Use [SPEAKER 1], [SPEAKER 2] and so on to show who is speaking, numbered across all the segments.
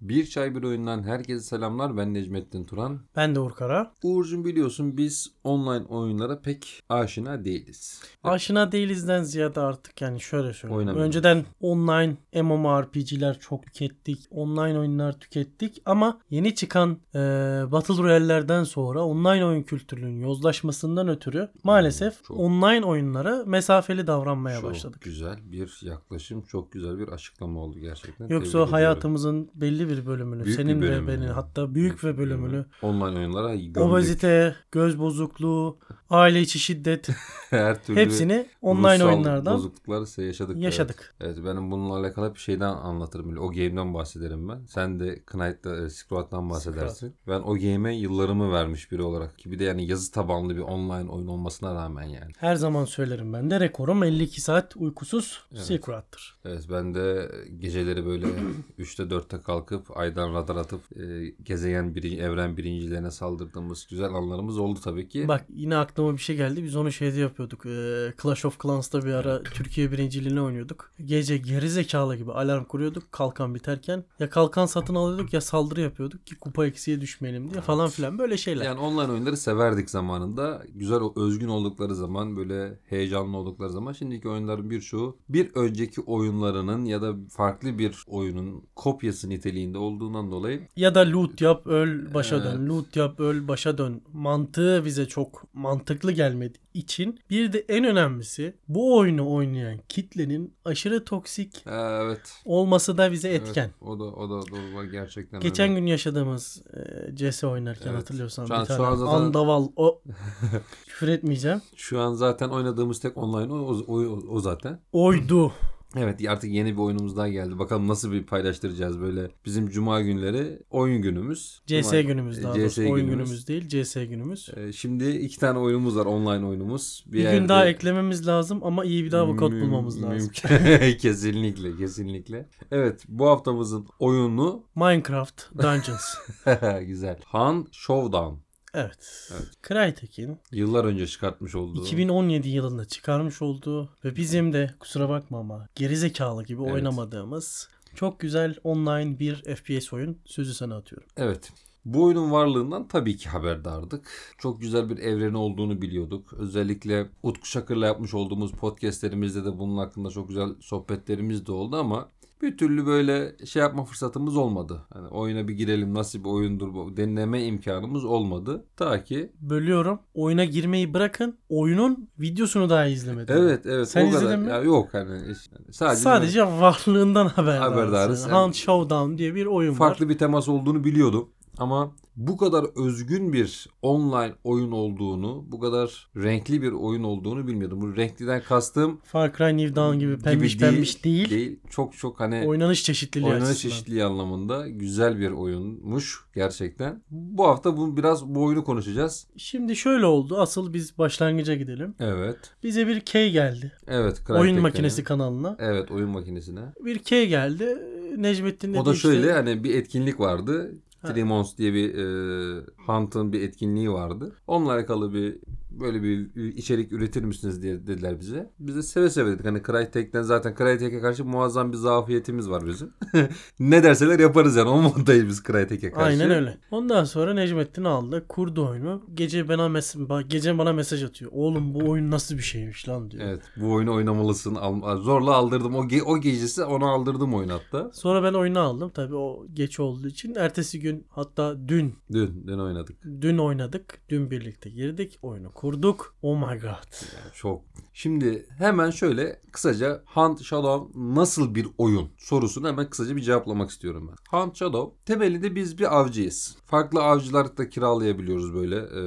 [SPEAKER 1] Bir Çay Bir Oyundan herkese selamlar. Ben Necmettin Turan.
[SPEAKER 2] Ben de Urkara.
[SPEAKER 1] Uğur'cum biliyorsun biz online oyunlara pek aşina değiliz.
[SPEAKER 2] Aşina değilizden ziyade artık yani şöyle söyleyeyim.
[SPEAKER 1] Oynamıyoruz.
[SPEAKER 2] Önceden online MMORPG'ler çok tükettik. Online oyunlar tükettik. Ama yeni çıkan e, Battle Royale'lerden sonra online oyun kültürünün yozlaşmasından ötürü maalesef
[SPEAKER 1] Hmm, çok-
[SPEAKER 2] online oyunlara mesafeli davranmaya
[SPEAKER 1] çok
[SPEAKER 2] başladık.
[SPEAKER 1] güzel bir yaklaşım, çok güzel bir açıklama oldu gerçekten.
[SPEAKER 2] Yoksa
[SPEAKER 1] Tebrik ediyorum.
[SPEAKER 2] hayatımızın belli bir bölümünü,
[SPEAKER 1] Büyük bir
[SPEAKER 2] senin
[SPEAKER 1] bölümünü.
[SPEAKER 2] ve benim hatta büyük ve bölümünü
[SPEAKER 1] online oyunlara gömdük.
[SPEAKER 2] obezite, göz bozukluğu, aile içi şiddet
[SPEAKER 1] her türlü
[SPEAKER 2] hepsini online
[SPEAKER 1] ruhsal
[SPEAKER 2] oyunlardan
[SPEAKER 1] bozuklukları se- yaşadık.
[SPEAKER 2] yaşadık.
[SPEAKER 1] Evet. evet benim bununla alakalı bir şeyden anlatırım. bile. O game'den bahsederim ben. Sen de Knight'da e, Squad'dan bahsedersin. Ben o game'e yıllarımı vermiş biri olarak ki bir de yani yazı tabanlı bir online oyun olmasına rağmen yani.
[SPEAKER 2] Her zaman söylerim ben de rekorum 52 saat uykusuz
[SPEAKER 1] Evet.
[SPEAKER 2] Silkroad'tır.
[SPEAKER 1] Evet ben de geceleri böyle 3'te 4'te kalkıp aydan radar atıp e, gezegen birinci, evren birincilerine saldırdığımız güzel anlarımız oldu tabii ki.
[SPEAKER 2] Bak yine aklıma bir şey geldi. Biz onu şeyde yapıyorduk. Ee, Clash of Clans'ta bir ara Türkiye birinciliğini oynuyorduk. Gece geri zekalı gibi alarm kuruyorduk kalkan biterken. Ya kalkan satın alıyorduk ya saldırı yapıyorduk ki kupa eksiye düşmeyelim diye falan filan böyle şeyler.
[SPEAKER 1] Yani online oyunları severdik zamanında. Güzel, özgün oldukları zaman, böyle heyecanlı oldukları zaman. Şimdiki oyunların birçoğu bir önceki oyunlarının ya da farklı bir oyunun kopyası niteliğinde olduğundan dolayı
[SPEAKER 2] Ya da loot yap öl başa dön.
[SPEAKER 1] Evet.
[SPEAKER 2] Loot yap öl başa dön. Mantığı bize çok mantıklı gelmediği için bir de en önemlisi bu oyunu oynayan kitlenin aşırı toksik
[SPEAKER 1] Ha, e, evet.
[SPEAKER 2] olması da bize
[SPEAKER 1] Evet,
[SPEAKER 2] etken.
[SPEAKER 1] o da o da doğru gerçekten.
[SPEAKER 2] Geçen
[SPEAKER 1] öyle.
[SPEAKER 2] gün yaşadığımız e, CS oynarken
[SPEAKER 1] Evet.
[SPEAKER 2] hatırlıyorsan
[SPEAKER 1] Şu an-
[SPEAKER 2] bir
[SPEAKER 1] şu
[SPEAKER 2] tane
[SPEAKER 1] an zaten-
[SPEAKER 2] andaval o küfür etmeyeceğim.
[SPEAKER 1] şu an zaten oynadığımız tek online o, o, o, o zaten.
[SPEAKER 2] Oydu.
[SPEAKER 1] Evet artık yeni bir oyunumuz daha geldi. Bakalım nasıl bir paylaştıracağız böyle. Bizim cuma günleri oyun günümüz.
[SPEAKER 2] CS
[SPEAKER 1] Cuma-
[SPEAKER 2] günümüz daha
[SPEAKER 1] CS
[SPEAKER 2] doğrusu. Oyun
[SPEAKER 1] günümüz.
[SPEAKER 2] günümüz değil CS günümüz.
[SPEAKER 1] Ee, Şimdi iki tane oyunumuz var online oyunumuz.
[SPEAKER 2] Bir, gün
[SPEAKER 1] yerde-
[SPEAKER 2] daha eklememiz lazım ama iyi bir daha avukat
[SPEAKER 1] Müm-
[SPEAKER 2] bulmamız lazım.
[SPEAKER 1] mümkün- kesinlikle, kesinlikle. Evet, bu haftamızın oyunu
[SPEAKER 2] Minecraft Dungeons.
[SPEAKER 1] güzel. Han Showdown.
[SPEAKER 2] evet.
[SPEAKER 1] Evet.
[SPEAKER 2] Crytek'in
[SPEAKER 1] Yıllar önce çıkartmış olduğu.
[SPEAKER 2] 2017 yılında çıkarmış olduğu ve bizim de kusura bakma ama gerizekalı gibi
[SPEAKER 1] Evet.
[SPEAKER 2] oynamadığımız çok güzel online bir FPS oyun. Sözü sana atıyorum.
[SPEAKER 1] Evet. Bu oyunun varlığından tabii ki haberdardık. Çok güzel bir evreni olduğunu biliyorduk. Özellikle Utku Şakır'la yapmış olduğumuz podcastlerimizde de bunun hakkında çok güzel sohbetlerimiz de oldu ama bir türlü böyle şey yapma fırsatımız olmadı. Hani oyuna bir girelim nasıl bir oyundur bu deneme imkanımız olmadı. Ta ki
[SPEAKER 2] bölüyorum. Oyuna girmeyi bırakın. Oyunun videosunu daha izlemedim.
[SPEAKER 1] Evet evet.
[SPEAKER 2] Sen
[SPEAKER 1] o kadar.
[SPEAKER 2] izledin mi?
[SPEAKER 1] Ya yok hani iş- yani sadece,
[SPEAKER 2] Sadece varlığından haberdarız.
[SPEAKER 1] Haberdarız.
[SPEAKER 2] Yani Hunt Showdown diye bir oyun var.
[SPEAKER 1] farklı bir temas olduğunu biliyordum. Ama bu kadar özgün bir online oyun olduğunu, bu kadar renkli bir oyun olduğunu bilmiyordum. Bu renkliden kastım
[SPEAKER 2] Far Cry New Dawn gibi pembiş
[SPEAKER 1] değil,
[SPEAKER 2] pembiş değil.
[SPEAKER 1] değil. Çok çok hani
[SPEAKER 2] Oynanış çeşitliliği
[SPEAKER 1] oynanış
[SPEAKER 2] açısından.
[SPEAKER 1] çeşitliliği anlamında güzel bir oyunmuş gerçekten. Bu hafta bu biraz bu oyunu konuşacağız.
[SPEAKER 2] Şimdi şöyle oldu. Asıl biz başlangıca gidelim.
[SPEAKER 1] Evet.
[SPEAKER 2] Bize bir key geldi.
[SPEAKER 1] Evet.
[SPEAKER 2] oyun
[SPEAKER 1] Crytek'ten.
[SPEAKER 2] makinesi kanalına.
[SPEAKER 1] Evet oyun makinesine.
[SPEAKER 2] Bir key geldi. Necmettin dedi
[SPEAKER 1] O da şöyle
[SPEAKER 2] işte,
[SPEAKER 1] hani bir etkinlik vardı.
[SPEAKER 2] Ha.
[SPEAKER 1] Three Months diye bir e, Hunt'ın bir etkinliği vardı. Onunla alakalı bir böyle bir içerik üretir misiniz diye dediler bize. Biz de seve seve dedik. Hani Crytek'ten zaten Crytek'e karşı muazzam bir zafiyetimiz var bizim. ne derseler yaparız yani. O moddayız biz Crytek'e karşı.
[SPEAKER 2] Aynen öyle. Ondan sonra Necmettin aldı. Kurdu oyunu. Gece bana, mes- gece bana mesaj atıyor. Oğlum bu oyun nasıl bir şeymiş lan diyor.
[SPEAKER 1] Evet bu oyunu oynamalısın. Al- Zorla aldırdım. O, ge- o gecesi onu aldırdım oyun hatta.
[SPEAKER 2] Sonra ben oyunu aldım. Tabii o geç olduğu için. Ertesi gün hatta dün
[SPEAKER 1] Dün, dün oynadık.
[SPEAKER 2] dün oynadık. Dün birlikte girdik. Oyunu kurduk. Oh my god.
[SPEAKER 1] Çok. Şimdi hemen şöyle kısaca Hunt Shadow nasıl bir oyun sorusunu hemen kısaca bir cevaplamak istiyorum ben. Hunt Shadow temelinde biz bir avcıyız. Farklı avcılar da kiralayabiliyoruz böyle e,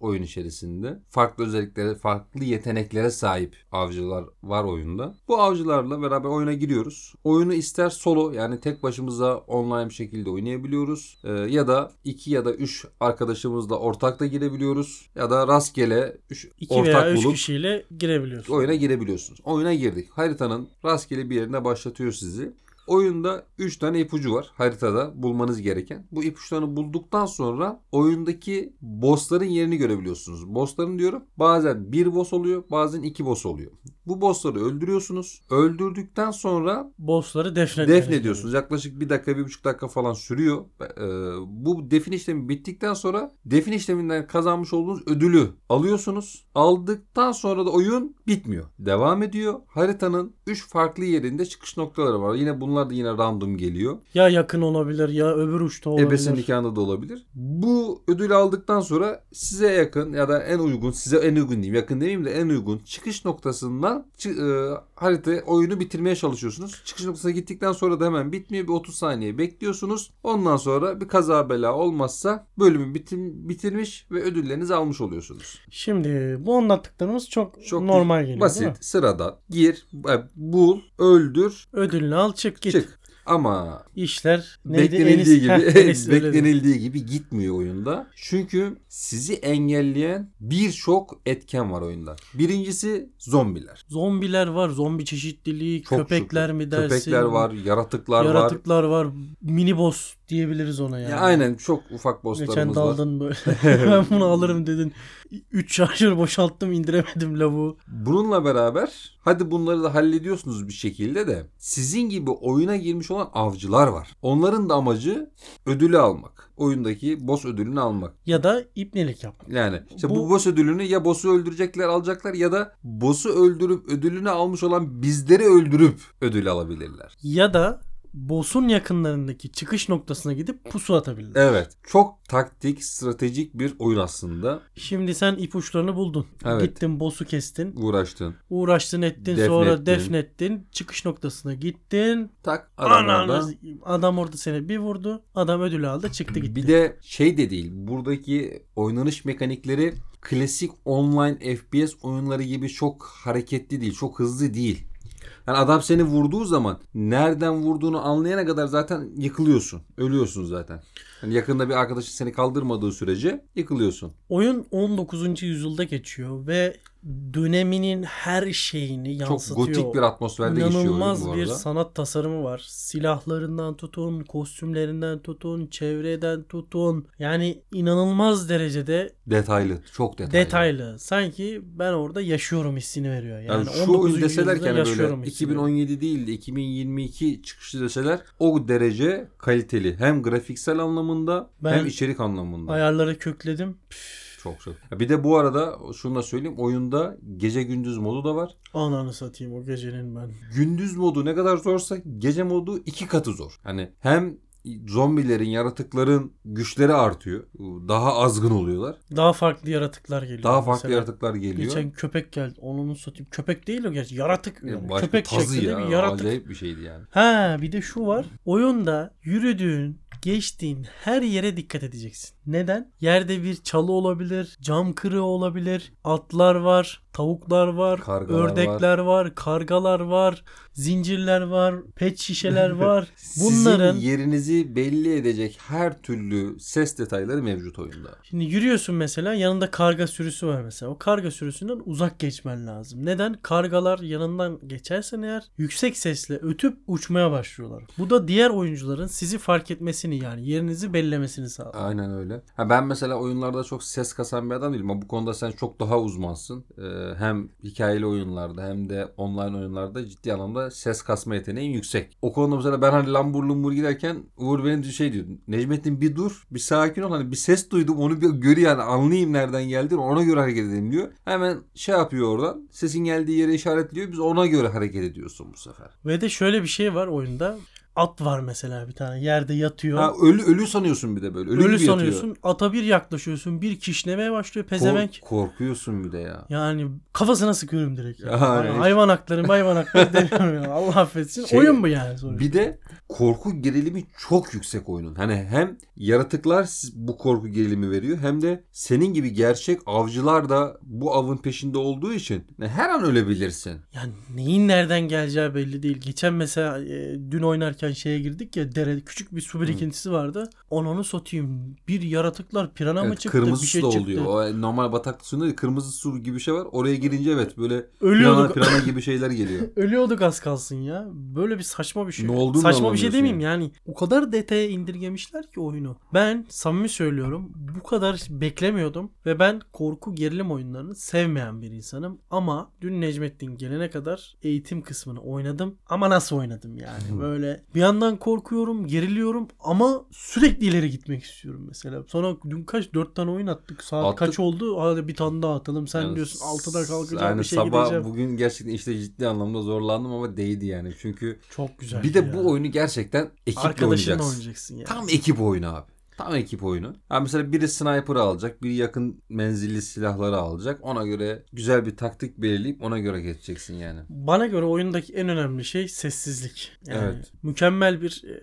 [SPEAKER 1] oyun içerisinde. Farklı özelliklere, farklı yeteneklere sahip avcılar var oyunda. Bu avcılarla beraber oyuna giriyoruz. Oyunu ister solo yani tek başımıza online bir şekilde oynayabiliyoruz. E, ya da iki ya da üç arkadaşımızla ortak da girebiliyoruz. Ya da rastgele üç,
[SPEAKER 2] 2
[SPEAKER 1] ortak
[SPEAKER 2] veya 3
[SPEAKER 1] bulup
[SPEAKER 2] kişiyle girebiliyorsun.
[SPEAKER 1] oyuna girebiliyorsunuz. Oyuna girdik. Haritanın rastgele bir yerine başlatıyor sizi. Oyunda 3 tane ipucu var haritada bulmanız gereken. Bu ipuçlarını bulduktan sonra oyundaki bossların yerini görebiliyorsunuz. Bossların diyorum bazen bir boss oluyor bazen iki boss oluyor. Bu bossları öldürüyorsunuz. Öldürdükten sonra
[SPEAKER 2] Bossları defnediyorsunuz.
[SPEAKER 1] defnediyorsunuz. Yaklaşık bir dakika, bir buçuk dakika falan sürüyor. Ee, bu defin işlemi bittikten sonra defin işleminden kazanmış olduğunuz ödülü alıyorsunuz. Aldıktan sonra da oyun bitmiyor. Devam ediyor. Haritanın 3 farklı yerinde çıkış noktaları var. Yine bunlar da yine random geliyor.
[SPEAKER 2] Ya yakın olabilir ya öbür uçta olabilir.
[SPEAKER 1] Ebesin nikahında da olabilir. Bu ödülü aldıktan sonra size yakın ya da en uygun size en uygun diyeyim yakın demeyeyim de en uygun çıkış noktasından çı- e, haritayı oyunu bitirmeye çalışıyorsunuz. Çıkış noktasına gittikten sonra da hemen bitmiyor bir 30 saniye bekliyorsunuz. Ondan sonra bir kaza bela olmazsa bölümü bitim, bitirmiş ve ödüllerinizi almış oluyorsunuz.
[SPEAKER 2] Şimdi bu anlattıklarımız çok,
[SPEAKER 1] Çok
[SPEAKER 2] normal geliyor değil mi?
[SPEAKER 1] Basit sıradan gir e, bul öldür
[SPEAKER 2] Ödülünü al çık git.
[SPEAKER 1] çık. Ama
[SPEAKER 2] İşler neydi?
[SPEAKER 1] beklenildiği
[SPEAKER 2] Enis- Heh,
[SPEAKER 1] gibi
[SPEAKER 2] Enis öyle dedi.
[SPEAKER 1] beklenildiği gibi gitmiyor oyunda. Çünkü sizi engelleyen birçok etken var oyunda. Birincisi zombiler.
[SPEAKER 2] Zombiler var, zombi çeşitliliği,
[SPEAKER 1] Çok
[SPEAKER 2] köpekler
[SPEAKER 1] şükür.
[SPEAKER 2] mi dersin?
[SPEAKER 1] Köpekler var, yaratıklar, var.
[SPEAKER 2] yaratıklar var. Mini boss diyebiliriz ona yani.
[SPEAKER 1] Ya aynen çok ufak
[SPEAKER 2] Geçen
[SPEAKER 1] bosslarımız var.
[SPEAKER 2] daldın böyle. ben bunu alırım dedin. 3 şarjör boşalttım indiremedim lavuğu.
[SPEAKER 1] Bununla beraber hadi bunları da hallediyorsunuz bir şekilde de sizin gibi oyuna girmiş olan avcılar var. Onların da amacı ödülü almak. Oyundaki boss ödülünü almak.
[SPEAKER 2] Ya da ipnelik yap.
[SPEAKER 1] Yani işte bu,
[SPEAKER 2] Bu-
[SPEAKER 1] boss ödülünü ya boss'u öldürecekler alacaklar ya da boss'u öldürüp ödülünü almış olan bizleri öldürüp ödül alabilirler.
[SPEAKER 2] Ya da boss'un yakınlarındaki çıkış noktasına gidip pusu atabilir.
[SPEAKER 1] Evet. Çok taktik, stratejik bir oyun aslında.
[SPEAKER 2] Şimdi sen ipuçlarını buldun.
[SPEAKER 1] Evet.
[SPEAKER 2] Gittin boss'u kestin.
[SPEAKER 1] Uğraştın.
[SPEAKER 2] Uğraştın ettin
[SPEAKER 1] Defnettin.
[SPEAKER 2] sonra defnettin. Çıkış noktasına gittin.
[SPEAKER 1] Tak adamlardan.
[SPEAKER 2] Ananı adam orada seni bir vurdu. Adam ödülü aldı çıktı gitti.
[SPEAKER 1] Bir de şey de değil. Buradaki oynanış mekanikleri klasik online FPS oyunları gibi çok hareketli değil. Çok hızlı değil. Yani adam seni vurduğu zaman nereden vurduğunu anlayana kadar zaten yıkılıyorsun. Ölüyorsun zaten. Yani yakında bir arkadaşın seni kaldırmadığı sürece yıkılıyorsun.
[SPEAKER 2] Oyun 19. yüzyılda geçiyor ve döneminin her şeyini
[SPEAKER 1] Çok
[SPEAKER 2] yansıtıyor.
[SPEAKER 1] gotik bir atmosferde geçiyor oyun bu arada.
[SPEAKER 2] İnanılmaz bir sanat tasarımı var. Silahlarından tutun, kostümlerinden tutun, çevreden tutun. Yani inanılmaz derecede
[SPEAKER 1] Detaylı. Çok detaylı.
[SPEAKER 2] detaylı. Sanki ben orada yaşıyorum hissini veriyor. Yani,
[SPEAKER 1] Yani,
[SPEAKER 2] 19.
[SPEAKER 1] şu oyun
[SPEAKER 2] yüzyılda
[SPEAKER 1] deseler ki hani
[SPEAKER 2] yaşıyorum
[SPEAKER 1] böyle
[SPEAKER 2] hissini
[SPEAKER 1] 2017 değil de 2022 çıkışlı deseler o derece kaliteli. Hem grafiksel anlamında
[SPEAKER 2] Ben
[SPEAKER 1] hem içerik anlamında.
[SPEAKER 2] Ayarları kökledim. Püf,
[SPEAKER 1] Çok çok. Bir de bu arada şunu da söyleyeyim. Oyunda gece gündüz modu da var.
[SPEAKER 2] ananı satayım o gecenin ben.
[SPEAKER 1] Gündüz modu ne kadar zorsa gece modu iki katı zor. Hani hem zombilerin, yaratıkların güçleri artıyor. Daha azgın oluyorlar.
[SPEAKER 2] Daha farklı yaratıklar geliyor.
[SPEAKER 1] Daha farklı
[SPEAKER 2] mesela.
[SPEAKER 1] yaratıklar geliyor.
[SPEAKER 2] Geçen köpek geldi. Onun satayım. Köpek değil o gerçi. Yaratık.
[SPEAKER 1] Yani
[SPEAKER 2] yani.
[SPEAKER 1] başka
[SPEAKER 2] Köpek
[SPEAKER 1] tazı
[SPEAKER 2] şeklinde
[SPEAKER 1] ya.
[SPEAKER 2] bir yaratık.
[SPEAKER 1] Acayip bir şeydi yani.
[SPEAKER 2] Ha bir de şu var. Oyunda yürüdüğün, geçtiğin her yere dikkat edeceksin. Neden? Yerde bir çalı olabilir, cam kırığı olabilir, atlar var, tavuklar var,
[SPEAKER 1] Kargalar
[SPEAKER 2] ördekler var. kargalar var, zincirler var, pet şişeler var. Bunların
[SPEAKER 1] Sizin yerinizi belli edecek her türlü ses detayları mevcut oyunda.
[SPEAKER 2] Şimdi yürüyorsun mesela yanında karga sürüsü var mesela. O karga sürüsünden uzak geçmen lazım. Neden? Kargalar yanından geçersen eğer yüksek sesle ötüp uçmaya başlıyorlar. Bu da diğer oyuncuların sizi fark etmesini yani yerinizi bellemesini sağlar.
[SPEAKER 1] Aynen öyle. Ha ben mesela oyunlarda çok ses kasan bir adam değilim ama bu konuda sen çok daha uzmansın. Ee, hem hikayeli oyunlarda hem de online oyunlarda ciddi anlamda ses kasma yeteneğin yüksek. O konuda mesela ben hani lambur lumbur giderken Uğur benim şey diyor. Necmettin bir dur bir sakin ol hani bir ses duydum onu bir gör yani anlayayım nereden geldiğini ona göre hareket edeyim diyor. Hemen şey yapıyor oradan sesin geldiği yere işaretliyor biz ona göre hareket ediyorsun bu sefer.
[SPEAKER 2] Ve de şöyle bir şey var oyunda. At var mesela bir tane yerde yatıyor.
[SPEAKER 1] Ha, ölü ölü sanıyorsun bir de böyle. Ölü,
[SPEAKER 2] Ölü
[SPEAKER 1] gibi yatıyor.
[SPEAKER 2] sanıyorsun. Ata bir yaklaşıyorsun. Bir kişnemeye başlıyor
[SPEAKER 1] Kork-
[SPEAKER 2] pezevenk.
[SPEAKER 1] korkuyorsun bir de ya.
[SPEAKER 2] Yani kafasına sıkıyorum direkt.
[SPEAKER 1] Yani.
[SPEAKER 2] Yani hayvan hakları hayvan hakları demiyorum ya. Allah affetsin.
[SPEAKER 1] Şey-
[SPEAKER 2] Oyun bu yani sonuçta.
[SPEAKER 1] Bir de korku gerilimi çok yüksek oyunun. Hani hem yaratıklar siz- bu korku gerilimi veriyor hem de senin gibi gerçek avcılar da bu avın peşinde olduğu için her an ölebilirsin.
[SPEAKER 2] Yani neyin nereden geleceği belli değil. Geçen mesela e, dün oynarken girerken şeye girdik ya dere küçük bir su birikintisi vardı. Onu satayım. Bir yaratıklar pirana mı
[SPEAKER 1] Evet,
[SPEAKER 2] çıktı?
[SPEAKER 1] kırmızı
[SPEAKER 2] bir şey
[SPEAKER 1] su da
[SPEAKER 2] çıktı.
[SPEAKER 1] oluyor. O e, normal bataklık suyunda değil, kırmızı su gibi bir şey var. Oraya girince evet böyle pirana,
[SPEAKER 2] Ölüyorduk.
[SPEAKER 1] pirana gibi şeyler geliyor.
[SPEAKER 2] Ölüyorduk az kalsın ya. Böyle bir saçma bir şey.
[SPEAKER 1] Ne olduğunu da
[SPEAKER 2] saçma bir şey
[SPEAKER 1] anlamıyorsun
[SPEAKER 2] demeyeyim yani. O kadar detaya indirgemişler ki oyunu. Ben samimi söylüyorum bu kadar beklemiyordum ve ben korku gerilim oyunlarını sevmeyen bir insanım ama dün Necmettin gelene kadar eğitim kısmını oynadım ama nasıl oynadım yani böyle bir yandan korkuyorum geriliyorum ama sürekli ileri gitmek istiyorum mesela. Sonra dün kaç 4 tane oyun attık saat
[SPEAKER 1] Attık.
[SPEAKER 2] kaç oldu hadi bir tane daha atalım sen
[SPEAKER 1] Yani
[SPEAKER 2] diyorsun altıda kalkacağım
[SPEAKER 1] yani
[SPEAKER 2] bir şey
[SPEAKER 1] sabah
[SPEAKER 2] gideceğim.
[SPEAKER 1] bugün gerçekten işte ciddi anlamda zorlandım ama değdi yani. Çünkü
[SPEAKER 2] Çok güzel şey
[SPEAKER 1] bir de
[SPEAKER 2] ya.
[SPEAKER 1] bu oyunu gerçekten ekiple
[SPEAKER 2] Arkadaşınla
[SPEAKER 1] oynayacaksın.
[SPEAKER 2] oynayacaksın ya.
[SPEAKER 1] Tam ekip oyunu abi. Tam ekip oyunu. Yani mesela biri sniper alacak, biri yakın menzilli silahları alacak. Ona göre güzel bir taktik belirleyip ona göre geçeceksin yani.
[SPEAKER 2] Bana göre oyundaki en önemli şey sessizlik. Yani
[SPEAKER 1] Evet.
[SPEAKER 2] mükemmel bir e,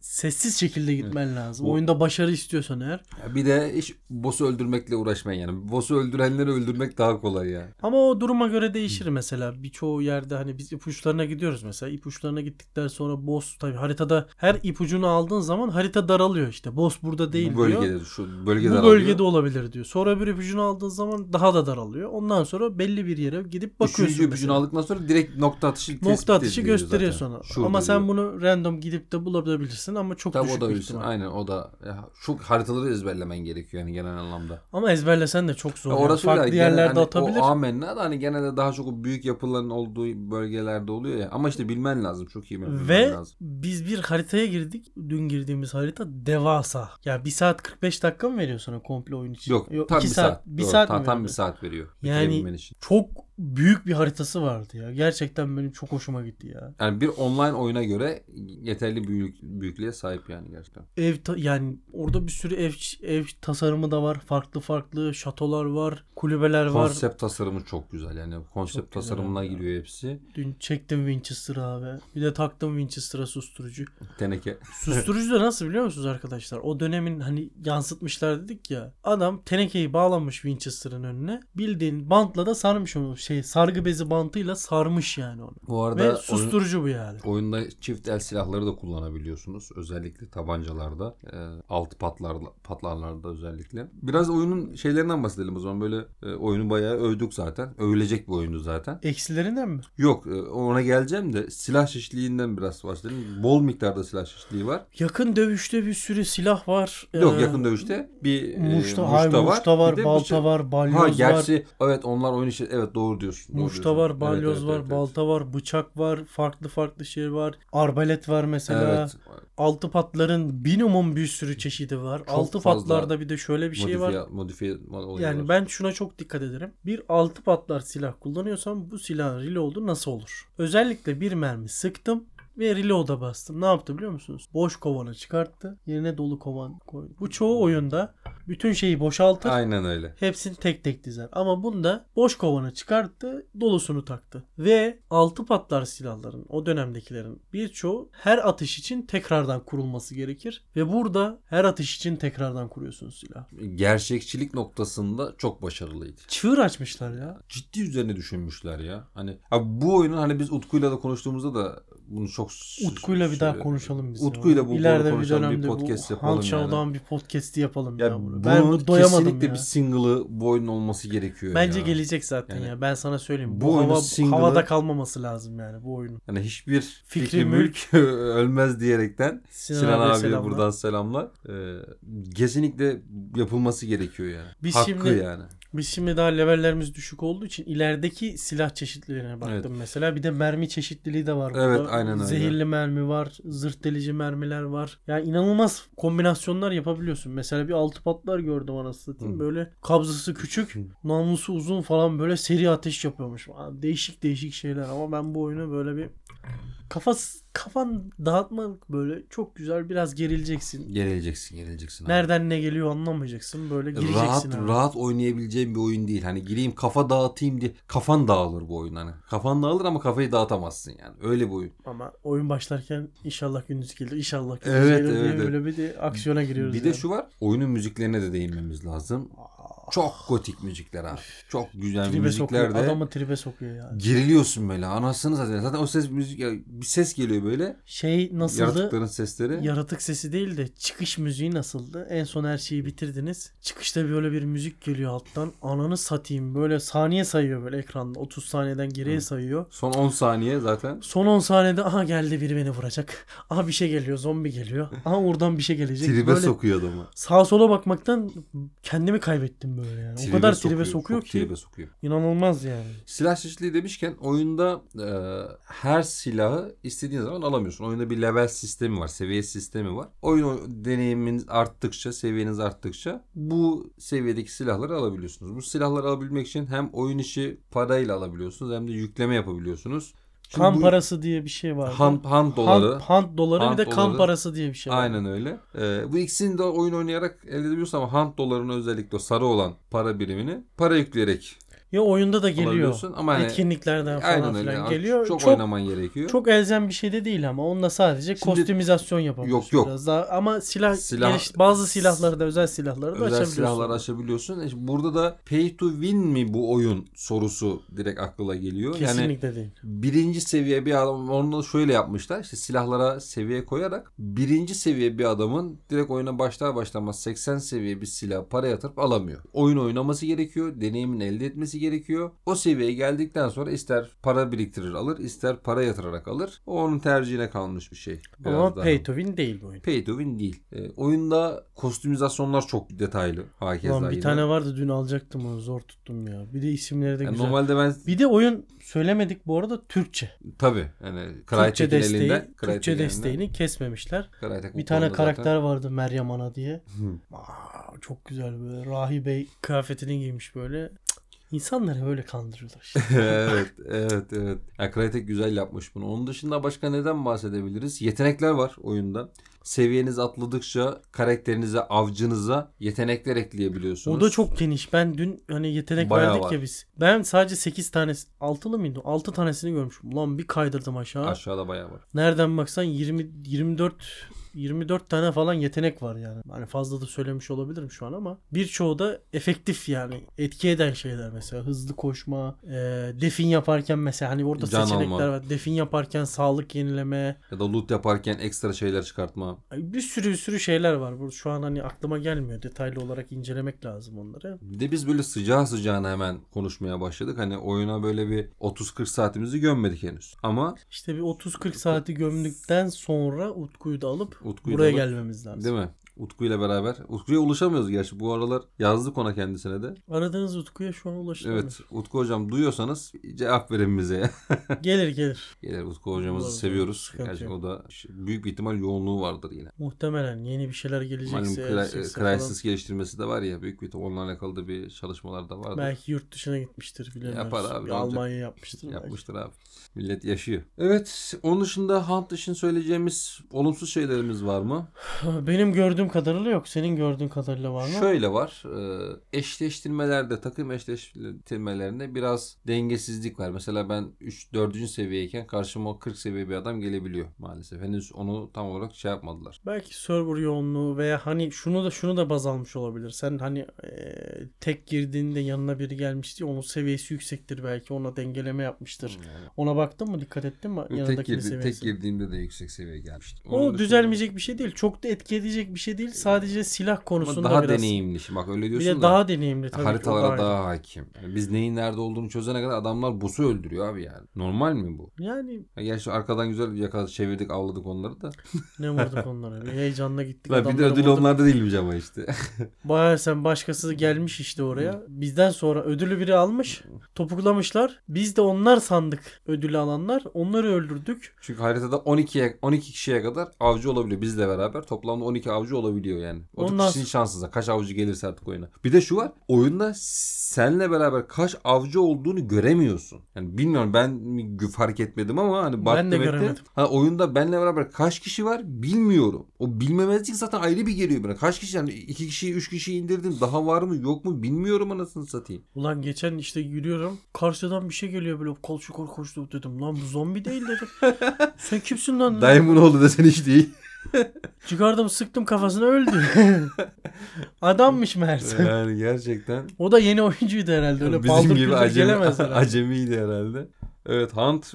[SPEAKER 2] sessiz şekilde gitmen lazım.
[SPEAKER 1] Bu-
[SPEAKER 2] Oyunda başarı istiyorsan eğer.
[SPEAKER 1] Ya Bir de hiç boss'u öldürmekle uğraşmayın yani. Boss'u öldürenleri öldürmek daha kolay ya.
[SPEAKER 2] Ama o duruma göre değişir mesela. Birçoğu yerde hani biz ipuçlarına gidiyoruz mesela. İpuçlarına gittikten sonra boss tabii haritada her ipucunu aldığın zaman harita daralıyor işte. Boss burada değil
[SPEAKER 1] Bu bölgede,
[SPEAKER 2] diyor.
[SPEAKER 1] şu bölgede
[SPEAKER 2] Bu bölgede olabilir diyor. Sonra bir ipucunu aldığın zaman daha da daralıyor. Ondan sonra belli bir yere gidip bakıyorsun.
[SPEAKER 1] Üçüncü ipucunu
[SPEAKER 2] mesela.
[SPEAKER 1] aldıktan sonra direkt nokta atışı tespit
[SPEAKER 2] Nokta atışı
[SPEAKER 1] ediliyor
[SPEAKER 2] gösteriyor
[SPEAKER 1] zaten.
[SPEAKER 2] sonra.
[SPEAKER 1] Şurada
[SPEAKER 2] ama sen
[SPEAKER 1] diyor.
[SPEAKER 2] bunu random gidip de bulabilirsin ama çok
[SPEAKER 1] Tabii
[SPEAKER 2] düşük
[SPEAKER 1] o da
[SPEAKER 2] bir
[SPEAKER 1] bilsin.
[SPEAKER 2] ihtimal.
[SPEAKER 1] Aynen o da. Ya, şu haritaları ezberlemen gerekiyor yani genel anlamda.
[SPEAKER 2] Ama ezberlesen de çok zor.
[SPEAKER 1] Ya
[SPEAKER 2] yani.
[SPEAKER 1] orası öyle.
[SPEAKER 2] Farklı
[SPEAKER 1] Genel-
[SPEAKER 2] yerlerde
[SPEAKER 1] hani
[SPEAKER 2] atabilir.
[SPEAKER 1] O amenna da hani genelde daha çok o büyük yapıların olduğu bölgelerde oluyor ya. Ama işte bilmen lazım. Çok iyi bilmen
[SPEAKER 2] Ve
[SPEAKER 1] lazım.
[SPEAKER 2] biz bir haritaya girdik. Dün girdiğimiz harita devasa. Ya 1 saat 45 dakika mı veriyor sana komple oyun için?
[SPEAKER 1] Yok, tam
[SPEAKER 2] iki
[SPEAKER 1] bir saat.
[SPEAKER 2] bir
[SPEAKER 1] Doğru,
[SPEAKER 2] saat
[SPEAKER 1] tam,
[SPEAKER 2] mi
[SPEAKER 1] tam
[SPEAKER 2] veriyor?
[SPEAKER 1] bir saat veriyor.
[SPEAKER 2] Yani-
[SPEAKER 1] bitirebilmen için.
[SPEAKER 2] Çok büyük bir haritası vardı ya. Gerçekten benim çok hoşuma gitti ya.
[SPEAKER 1] Yani bir online oyuna göre yeterli büyük, büyüklüğe sahip yani gerçekten.
[SPEAKER 2] Ev ta- yani orada bir sürü ev ev tasarımı da var. Farklı farklı şatolar var, kulübeler var.
[SPEAKER 1] Konsept tasarımı çok güzel. Yani konsept
[SPEAKER 2] güzel
[SPEAKER 1] tasarımına
[SPEAKER 2] abi ya.
[SPEAKER 1] giriyor hepsi.
[SPEAKER 2] Dün çektim Winchester abi. Bir de taktım Winchester'a susturucu.
[SPEAKER 1] Teneke.
[SPEAKER 2] Susturucu da nasıl biliyor musunuz arkadaşlar? O dönemin hani yansıtmışlar dedik ya. Adam tenekeyi bağlamış Winchester'ın önüne. Bildiğin bantla da sarmış onu. Şey sargı bezi bantıyla sarmış yani onu.
[SPEAKER 1] Bu arada
[SPEAKER 2] Ve
[SPEAKER 1] oyun-
[SPEAKER 2] susturucu bu yani.
[SPEAKER 1] Oyunda çift el silahları da kullanabiliyorsunuz. Özellikle tabancalarda, e, alt patlarla, patlarlarda özellikle. Biraz oyunun şeylerinden bahsedelim o zaman. Böyle e, oyunu bayağı övdük zaten. Övülecek bir oyundu zaten.
[SPEAKER 2] Eksilerinden mi?
[SPEAKER 1] Yok e, ona geleceğim de silah çeşitliliğinden biraz bahsedelim. Bol miktarda silah çeşitliliği var.
[SPEAKER 2] Yakın dövüşte bir sürü silah var.
[SPEAKER 1] Yok
[SPEAKER 2] Ee,
[SPEAKER 1] yakın dövüşte bir e,
[SPEAKER 2] Muşta, hay, muşta var,
[SPEAKER 1] Bir de
[SPEAKER 2] balta
[SPEAKER 1] bıçak-
[SPEAKER 2] var, balyoz
[SPEAKER 1] Ha
[SPEAKER 2] var.
[SPEAKER 1] gerçi evet onlar oyun için evet doğru diyorsun. doğru
[SPEAKER 2] Muşta
[SPEAKER 1] diyorsun.
[SPEAKER 2] var,
[SPEAKER 1] Evet,
[SPEAKER 2] balyoz
[SPEAKER 1] evet,
[SPEAKER 2] var,
[SPEAKER 1] evet, evet.
[SPEAKER 2] balta var, bıçak var, farklı farklı şey var. Arbalet var mesela.
[SPEAKER 1] Evet.
[SPEAKER 2] Altı patların minimum bir sürü çeşidi var. altı
[SPEAKER 1] fazla
[SPEAKER 2] patlarda bir de şöyle bir şey var.
[SPEAKER 1] modifiye, modifiye olayı var.
[SPEAKER 2] Yani ben şuna çok dikkat ederim. Bir altı patlar silah kullanıyorsam bu silahın reload'u nasıl olur? Özellikle bir mermi sıktım ve reload'a bastım. Ne yaptı biliyor musunuz? Boş kovanı çıkarttı. Yerine dolu kovan koydu. Bu çoğu oyunda bütün şeyi boşaltır.
[SPEAKER 1] Aynen öyle.
[SPEAKER 2] Hepsini tek tek dizer. Ama bunda boş kovanı çıkarttı, dolusunu taktı. Ve altı patlar silahların, o dönemdekilerin birçoğu her atış için tekrardan kurulması gerekir. Ve burada her atış için tekrardan kuruyorsunuz silah.
[SPEAKER 1] gerçekçilik noktasında çok başarılıydı.
[SPEAKER 2] Çığır açmışlar ya.
[SPEAKER 1] Ciddi üzerine düşünmüşler ya. Hani abi bu oyunun hani biz Utku'yla da konuştuğumuzda da bunu çok s-
[SPEAKER 2] Utku'yla bir daha
[SPEAKER 1] s-
[SPEAKER 2] konuşalım biz.
[SPEAKER 1] Utku'yla
[SPEAKER 2] ya.
[SPEAKER 1] bu
[SPEAKER 2] İleride
[SPEAKER 1] konu konuşalım, bir podcast
[SPEAKER 2] bu
[SPEAKER 1] yapalım
[SPEAKER 2] Halk
[SPEAKER 1] yani.
[SPEAKER 2] Şov'dan bir podcast'i yapalım ya.
[SPEAKER 1] Ya
[SPEAKER 2] bunu.
[SPEAKER 1] bunun
[SPEAKER 2] Ben bu doyamadım
[SPEAKER 1] kesinlikle
[SPEAKER 2] ya.
[SPEAKER 1] bir single'ı bu oyunun olması gerekiyor
[SPEAKER 2] Bence
[SPEAKER 1] ya.
[SPEAKER 2] gelecek zaten
[SPEAKER 1] Yani
[SPEAKER 2] ya. Ben sana söyleyeyim. Bu,
[SPEAKER 1] bu oyunun
[SPEAKER 2] hava
[SPEAKER 1] single'ı-
[SPEAKER 2] havada kalmaması lazım yani bu oyunun.
[SPEAKER 1] Yani Hani hiçbir fikri,
[SPEAKER 2] Fikri
[SPEAKER 1] mülk ölmez diyerekten
[SPEAKER 2] Sinan,
[SPEAKER 1] Sinan,
[SPEAKER 2] abiye
[SPEAKER 1] abiye
[SPEAKER 2] selamlar.
[SPEAKER 1] buradan selamlar. Ee, kesinlikle yapılması gerekiyor yani.
[SPEAKER 2] Biz
[SPEAKER 1] Hakkı
[SPEAKER 2] şimdi-
[SPEAKER 1] yani.
[SPEAKER 2] Biz şimdi daha levellerimiz düşük olduğu için ilerideki silah çeşitlerine baktım
[SPEAKER 1] Evet.
[SPEAKER 2] mesela. Bir de mermi çeşitliliği de var.
[SPEAKER 1] Evet, aynen öyle.
[SPEAKER 2] Zehirli mermi var, zırt delici mermiler var. Yani inanılmaz kombinasyonlar yapabiliyorsun. Mesela bir altı patlar gördüm anasını satayım.
[SPEAKER 1] Hı.
[SPEAKER 2] Böyle kabzası küçük, namlusu uzun falan böyle seri ateş yapıyormuş. Aa, Değişik değişik şeyler ama ben bu oyunu böyle bir kafas kafan dağıtmalık böyle çok güzel biraz gerileceksin.
[SPEAKER 1] Gerileceksin, gerileceksin. abi.
[SPEAKER 2] Nereden ne geliyor anlamayacaksın. Böyle gireceksin.
[SPEAKER 1] E, rahat
[SPEAKER 2] abi.
[SPEAKER 1] rahat oynayabileceğim bir oyun değil. Hani gireyim kafa dağıtayım diye kafan dağılır bu oyun hani. Kafan dağılır ama kafayı dağıtamazsın yani. Öyle bir oyun.
[SPEAKER 2] Ama oyun başlarken inşallah gündüz gelir, inşallah gündüz
[SPEAKER 1] Evet,
[SPEAKER 2] gelir diye
[SPEAKER 1] evet,
[SPEAKER 2] böyle bir de aksiyona giriyoruz.
[SPEAKER 1] bir de
[SPEAKER 2] yani.
[SPEAKER 1] şu var. Oyunun müziklerine de değinmemiz lazım.
[SPEAKER 2] Aa,
[SPEAKER 1] Çok gotik müzikler abi. Çok güzel
[SPEAKER 2] Tribe sokuyor.
[SPEAKER 1] müzikler de.
[SPEAKER 2] Adamı tribe sokuyor ya.
[SPEAKER 1] Geriliyorsun böyle anasını zaten. Zaten o ses müzik ya bir ses geliyor böyle.
[SPEAKER 2] Şey nasıldı?
[SPEAKER 1] Yaratıkların sesleri.
[SPEAKER 2] Yaratık sesi değil de çıkış müziği nasıldı? En son her şeyi bitirdiniz. Çıkışta böyle bir müzik geliyor alttan. Ananı satayım. Böyle saniye sayıyor böyle ekranda. 30 saniyeden geriye sayıyor.
[SPEAKER 1] Son 10 saniye zaten.
[SPEAKER 2] Son 10 saniyede aha geldi biri beni vuracak. Aha bir şey geliyor zombi geliyor. Aha oradan bir şey gelecek.
[SPEAKER 1] Tribe
[SPEAKER 2] böyle
[SPEAKER 1] sokuyor adamı.
[SPEAKER 2] sağa sola bakmaktan kendimi kaybettim böyle yani. o kadar tribe sokuyor
[SPEAKER 1] çok
[SPEAKER 2] ki
[SPEAKER 1] Tribe sokuyor.
[SPEAKER 2] inanılmaz yani.
[SPEAKER 1] Silah çeşitliliği demişken oyunda e, her silahı istediğin zaman alamıyorsun. Oyunda bir level sistemi var, seviye sistemi var. Oyun o- deneyiminiz arttıkça, seviyeniz arttıkça bu seviyedeki silahları alabiliyorsunuz. Bu silahları alabilmek için hem oyun işi parayla alabiliyorsunuz hem de yükleme yapabiliyorsunuz. Şimdi
[SPEAKER 2] Kan
[SPEAKER 1] bu-
[SPEAKER 2] parası diye bir şey vardı.
[SPEAKER 1] Hand, hand doları.
[SPEAKER 2] Hand, hand doları
[SPEAKER 1] Hand
[SPEAKER 2] bir de kan
[SPEAKER 1] doları.
[SPEAKER 2] parası diye bir şey var.
[SPEAKER 1] Aynen öyle. Ee, bu ikisini de oyun oynayarak elde edebiliyorsun ama hand dolarını özellikle o sarı olan para birimini para yükleyerek
[SPEAKER 2] Ya oyunda da geliyor.
[SPEAKER 1] alabiliyorsun. Ama hani,
[SPEAKER 2] Etkinliklerden falan
[SPEAKER 1] aynen öyle.
[SPEAKER 2] filan
[SPEAKER 1] Yani
[SPEAKER 2] geliyor.
[SPEAKER 1] Çok,
[SPEAKER 2] Çok,
[SPEAKER 1] oynaman gerekiyor.
[SPEAKER 2] çok elzem bir şey de değil ama onunla sadece
[SPEAKER 1] Şimdi-
[SPEAKER 2] kostümizasyon yapabiliyorsun
[SPEAKER 1] Yok, yok.
[SPEAKER 2] biraz daha. Ama silah,
[SPEAKER 1] Silah-
[SPEAKER 2] geliş- bazı silahları da özel silahları da
[SPEAKER 1] Özel
[SPEAKER 2] açabiliyorsun.
[SPEAKER 1] silahları açabiliyorsun. E şimdi Burada da pay to win mi bu oyun sorusu direkt akla geliyor. Yani
[SPEAKER 2] Kesinlikle değil.
[SPEAKER 1] birinci seviye bir adam onu şöyle yapmışlar. İşte silahlara seviye koyarak birinci seviye bir adamın direkt oyuna başlar başlamaz 80 seviye bir silah para yatırıp alamıyor. Oyun oynaması gerekiyor. Deneyimin elde etmesi gerekiyor. O seviyeye geldikten sonra ister para biriktirir alır ister para yatırarak alır. O onun tercihine kalmış bir şey. Biraz
[SPEAKER 2] Ama
[SPEAKER 1] daha.
[SPEAKER 2] pay to win değil bu oyun.
[SPEAKER 1] Pay to win değil. E, oyunda kostümizasyonlar çok detaylı. Hakeza
[SPEAKER 2] Ulan bir
[SPEAKER 1] yine.
[SPEAKER 2] tane vardı dün alacaktım onu zor tuttum ya. Bir de isimleri de
[SPEAKER 1] Yani
[SPEAKER 2] güzel.
[SPEAKER 1] normalde ben
[SPEAKER 2] Bir de oyun söylemedik bu arada Türkçe.
[SPEAKER 1] tabii yani
[SPEAKER 2] Türkçe
[SPEAKER 1] Crytek'in
[SPEAKER 2] desteği,
[SPEAKER 1] elinde
[SPEAKER 2] Türkçe desteğini kesmemişler. Bir tane karakter vardı Meryem Ana diye. Aa, çok güzel böyle Rahi Bey kıyafetini giymiş böyle. Cık, İnsanları böyle kandırıyorlar işte.
[SPEAKER 1] evet, evet, evet. Ya, Crytek güzel yapmış bunu. Onun dışında başka neden bahsedebiliriz? Yetenekler var oyunda. Seviyeniz atladıkça karakterinize, avcınıza yetenekler ekleyebiliyorsunuz.
[SPEAKER 2] o da çok geniş. Ben dün hani yetenek
[SPEAKER 1] Bayağı
[SPEAKER 2] verdik
[SPEAKER 1] var.
[SPEAKER 2] ya biz. Ben sadece 8 tanesi, altılı mıydı? 6 tanesini görmüşüm. Ulan bir kaydırdım aşağı.
[SPEAKER 1] aşağıda bayağı var.
[SPEAKER 2] Nereden baksan 20 24 24 tane falan yetenek var yani. Hani fazla da söylemiş olabilirim şu an ama birçoğu da efektif yani etki eden şeyler mesela hızlı koşma, e, defin yaparken mesela hani orada
[SPEAKER 1] Can
[SPEAKER 2] seçenekler
[SPEAKER 1] alma.
[SPEAKER 2] var. Defin yaparken sağlık yenileme,
[SPEAKER 1] Ya da loot yaparken ekstra şeyler çıkartma.
[SPEAKER 2] bir sürü bir sürü şeyler var. Bu şu an hani aklıma gelmiyor. Detaylı olarak incelemek lazım onları.
[SPEAKER 1] Bir de biz böyle sıcağı sıcağına hemen konuşmaya başladık. Hani oyuna böyle bir 30-40 saatimizi gömmedik henüz. Ama
[SPEAKER 2] İşte bir 30-40 saati gömdükten sonra Utku'yu da alıp
[SPEAKER 1] Utku'yu
[SPEAKER 2] buraya
[SPEAKER 1] da-
[SPEAKER 2] gelmemiz lazım.
[SPEAKER 1] Değil mi? Utku ile beraber. Utku'ya ulaşamıyoruz gerçi. Bu aralar yazdık ona kendisine de.
[SPEAKER 2] Aradığınız Utku'ya şu an ulaştınız.
[SPEAKER 1] Evet. Utku hocam duyuyorsanız cevap verin bize.
[SPEAKER 2] Gelir gelir.
[SPEAKER 1] Gelir Utku hocamızı
[SPEAKER 2] Doğru,
[SPEAKER 1] seviyoruz.
[SPEAKER 2] sıkıntı
[SPEAKER 1] Gerçi
[SPEAKER 2] yok.
[SPEAKER 1] o da ş- büyük bir ihtimal yoğunluğu vardır yine.
[SPEAKER 2] Muhtemelen yeni bir şeyler
[SPEAKER 1] Malum
[SPEAKER 2] gelecekse,
[SPEAKER 1] kra-
[SPEAKER 2] edecekse
[SPEAKER 1] e,
[SPEAKER 2] falan.
[SPEAKER 1] crisis geliştirmesi de var ya. Büyük bir ihtimal onunla alakalı da bir çalışmalar da vardır.
[SPEAKER 2] Belki yurt dışına gitmiştir bilemiyoruz.
[SPEAKER 1] Yapar abi, ne
[SPEAKER 2] Almanya yapmıştır. belki.
[SPEAKER 1] Yapmıştır abi. Millet yaşıyor. Evet. Onun dışında Hunt için söyleyeceğimiz olumsuz şeylerimiz var mı?
[SPEAKER 2] Benim gördüğüm kadarıyla yok. Senin gördüğün kadarıyla var mı?
[SPEAKER 1] Şöyle var. e, Eşleştirmelerde takım eşleştirmelerinde biraz dengesizlik var. Mesela ben 3 4. seviyeyken karşıma 40 seviye bir adam gelebiliyor maalesef. Henüz onu tam olarak şey yapmadılar.
[SPEAKER 2] Belki server yoğunluğu veya hani şunu da şunu da baz almış olabilir. Sen hani eee, tek girdiğinde yanına biri gelmişti. Onun seviyesi yüksektir belki. Ona dengeleme yapmıştır. Ona baktın mı? Dikkat ettin mi?
[SPEAKER 1] Hmm. tek,
[SPEAKER 2] Hmm. Yanındakinin
[SPEAKER 1] girdi- tek
[SPEAKER 2] seviyesi.
[SPEAKER 1] girdiğimde de yüksek seviye gelmişti. Onun
[SPEAKER 2] o
[SPEAKER 1] dışında-
[SPEAKER 2] düzelmeyecek bir şey değil. Çok da etki edecek bir şey değil. Sadece silah
[SPEAKER 1] Ama
[SPEAKER 2] konusunda
[SPEAKER 1] daha
[SPEAKER 2] biraz.
[SPEAKER 1] deneyimli. Şimdi Bak öyle
[SPEAKER 2] Bir
[SPEAKER 1] diyorsun
[SPEAKER 2] de
[SPEAKER 1] da.
[SPEAKER 2] daha deneyimli tabii ki. O
[SPEAKER 1] haritalara
[SPEAKER 2] daha-
[SPEAKER 1] daha hakim. Yani biz neyin nerede olduğunu çözene kadar adamlar boss'u öldürüyor abi yani. Normal mi bu?
[SPEAKER 2] Yani
[SPEAKER 1] Ya Gerçi arkadan güzel yakaladık, çevirdik, avladık onları da.
[SPEAKER 2] ne vurduk onlara. Bir heyecanla gittik.
[SPEAKER 1] Lan bir de
[SPEAKER 2] adamları
[SPEAKER 1] ödül
[SPEAKER 2] vurduk.
[SPEAKER 1] onlarda değilmiş ama işte.
[SPEAKER 2] Bayağı sen başkası gelmiş işte oraya. Bizden sonra ödülü biri almış. Topuklamışlar. Biz de onlar sandık ödülü alanlar. Onları öldürdük.
[SPEAKER 1] Çünkü haritada 12'ye 12 kişiye kadar avcı olabiliyor bizle beraber. Toplamda 12 avcı olabiliyor yani. O da
[SPEAKER 2] Ondan
[SPEAKER 1] kişinin şansınıza. Kaç avcı gelirse artık oyuna. Bir de şu var. Oyunda senle beraber kaç avcı olduğunu göremiyorsun. Yani bilmiyorum ben mi fark etmedim ama hani baktım
[SPEAKER 2] de
[SPEAKER 1] ettim.
[SPEAKER 2] göremedim.
[SPEAKER 1] Ha, oyunda benle beraber kaç kişi var bilmiyorum. O bilmemezlik zaten ayrı bir geliyor bana. Kaç kişi yani iki kişiyi üç kişiyi indirdim. Daha var mı yok mu bilmiyorum anasını satayım.
[SPEAKER 2] Ulan geçen işte yürüyorum. Karşıdan bir şey geliyor böyle kol çukur koştu dedim. Lan bu zombi değil dedim. sen kimsin lan?
[SPEAKER 1] Dayımın oğlu desen hiç değil.
[SPEAKER 2] Çıkardım sıktım kafasına öldü. Adammış meğerse.
[SPEAKER 1] yani gerçekten
[SPEAKER 2] O da yeni oyuncuydu herhalde. Öyle
[SPEAKER 1] bizim gibi acemi,
[SPEAKER 2] gelemez herhalde.
[SPEAKER 1] acemiydi herhalde. Evet Hunt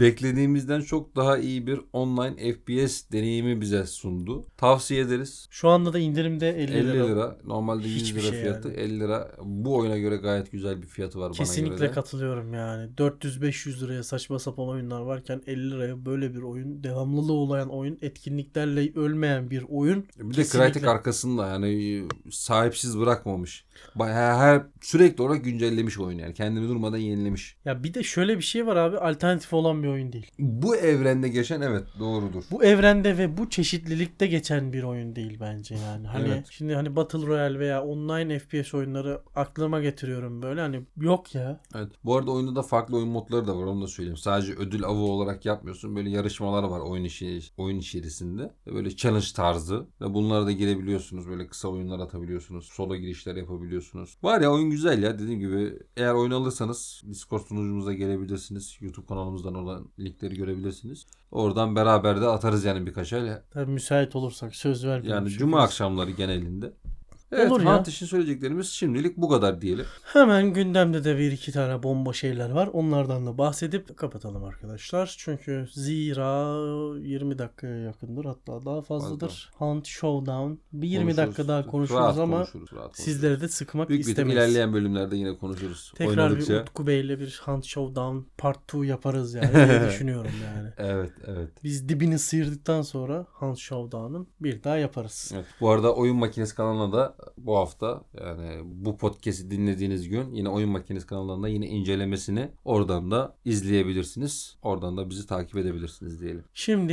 [SPEAKER 1] beklediğimizden çok daha iyi bir online FPS deneyimi bize sundu. Tavsiye ederiz.
[SPEAKER 2] Şu anda da indirimde 50,
[SPEAKER 1] 50
[SPEAKER 2] lira.
[SPEAKER 1] lira. Normalde 100
[SPEAKER 2] Hiçbir
[SPEAKER 1] lira
[SPEAKER 2] şey
[SPEAKER 1] fiyatı. 50 lira. Bu oyuna göre gayet güzel bir fiyatı var bana göre.
[SPEAKER 2] Kesinlikle
[SPEAKER 1] de.
[SPEAKER 2] katılıyorum yani. 400-500 liraya saçma sapan oyunlar varken 50 liraya böyle bir oyun, devamlılığı olan oyun, etkinliklerle ölmeyen bir oyun.
[SPEAKER 1] Bir de
[SPEAKER 2] Kesinlikle.
[SPEAKER 1] Crytek arkasında yani sahipsiz bırakmamış. Ba- Her, her sürekli olarak güncellemiş oyunu yani. Kendini durmadan yenilemiş.
[SPEAKER 2] Ya bir de şöyle bir şey var abi alternatif olan bir oyun değil.
[SPEAKER 1] Bu evrende geçen evet doğrudur.
[SPEAKER 2] Bu evrende ve bu çeşitlilikte geçen bir oyun değil bence yani. Hani
[SPEAKER 1] Evet.
[SPEAKER 2] şimdi hani Battle Royale veya online FPS oyunları aklıma getiriyorum böyle hani yok ya.
[SPEAKER 1] Evet. Bu arada oyunda da farklı oyun modları da var onu da söyleyeyim. Sadece ödül avı olarak yapmıyorsun. Böyle yarışmalar var oyun işi, oyun içerisinde. Böyle challenge tarzı. Ve bunlara da girebiliyorsunuz. Böyle kısa oyunlar atabiliyorsunuz. Solo girişler yapabiliyorsunuz. Var ya oyun güzel ya dediğim gibi. Eğer oyun alırsanız Discord sunucumuza gelebilirsiniz. YouTube kanalımızdan olan linkleri görebilirsiniz. Oradan beraber de atarız yani birkaç el.
[SPEAKER 2] Tabii müsait olursak söz vermiyorum.
[SPEAKER 1] Yani
[SPEAKER 2] çünkü
[SPEAKER 1] cuma
[SPEAKER 2] biz-
[SPEAKER 1] akşamları genelinde. Evet,
[SPEAKER 2] şey Olur ya.
[SPEAKER 1] Hunt için söyleyeceklerimiz şimdilik bu kadar diyelim.
[SPEAKER 2] Hemen gündemde de bir iki tane bomba şeyler var. Onlardan da bahsedip kapatalım arkadaşlar. Çünkü zira 20 dakikaya yakındır hatta daha fazladır. Hunt Showdown. Bir 20 dakika
[SPEAKER 1] Konuşuruz.
[SPEAKER 2] daha konuşuruz
[SPEAKER 1] Rahat
[SPEAKER 2] ama
[SPEAKER 1] konuşuruz, rahat konuşuruz.
[SPEAKER 2] sizlere de sıkmak
[SPEAKER 1] Büyük bir ihtimal
[SPEAKER 2] istemeyiz.
[SPEAKER 1] ilerleyen bölümlerde yine konuşuruz.
[SPEAKER 2] Tekrar
[SPEAKER 1] Oynadıkça.
[SPEAKER 2] bir Utku Bey'le bir Hunt Showdown Part 2 yaparız yani diye düşünüyorum yani.
[SPEAKER 1] Evet evet.
[SPEAKER 2] Biz dibini sıyırdıktan sonra Hunt Showdown'ın bir daha yaparız.
[SPEAKER 1] Evet. Bu arada Oyun Makinesi kanalına da bu hafta yani bu podcast'i dinlediğiniz gün yine Oyun Makinesi kanalında yine incelemesini oradan da izleyebilirsiniz. Oradan da bizi takip edebilirsiniz diyelim.
[SPEAKER 2] Şimdi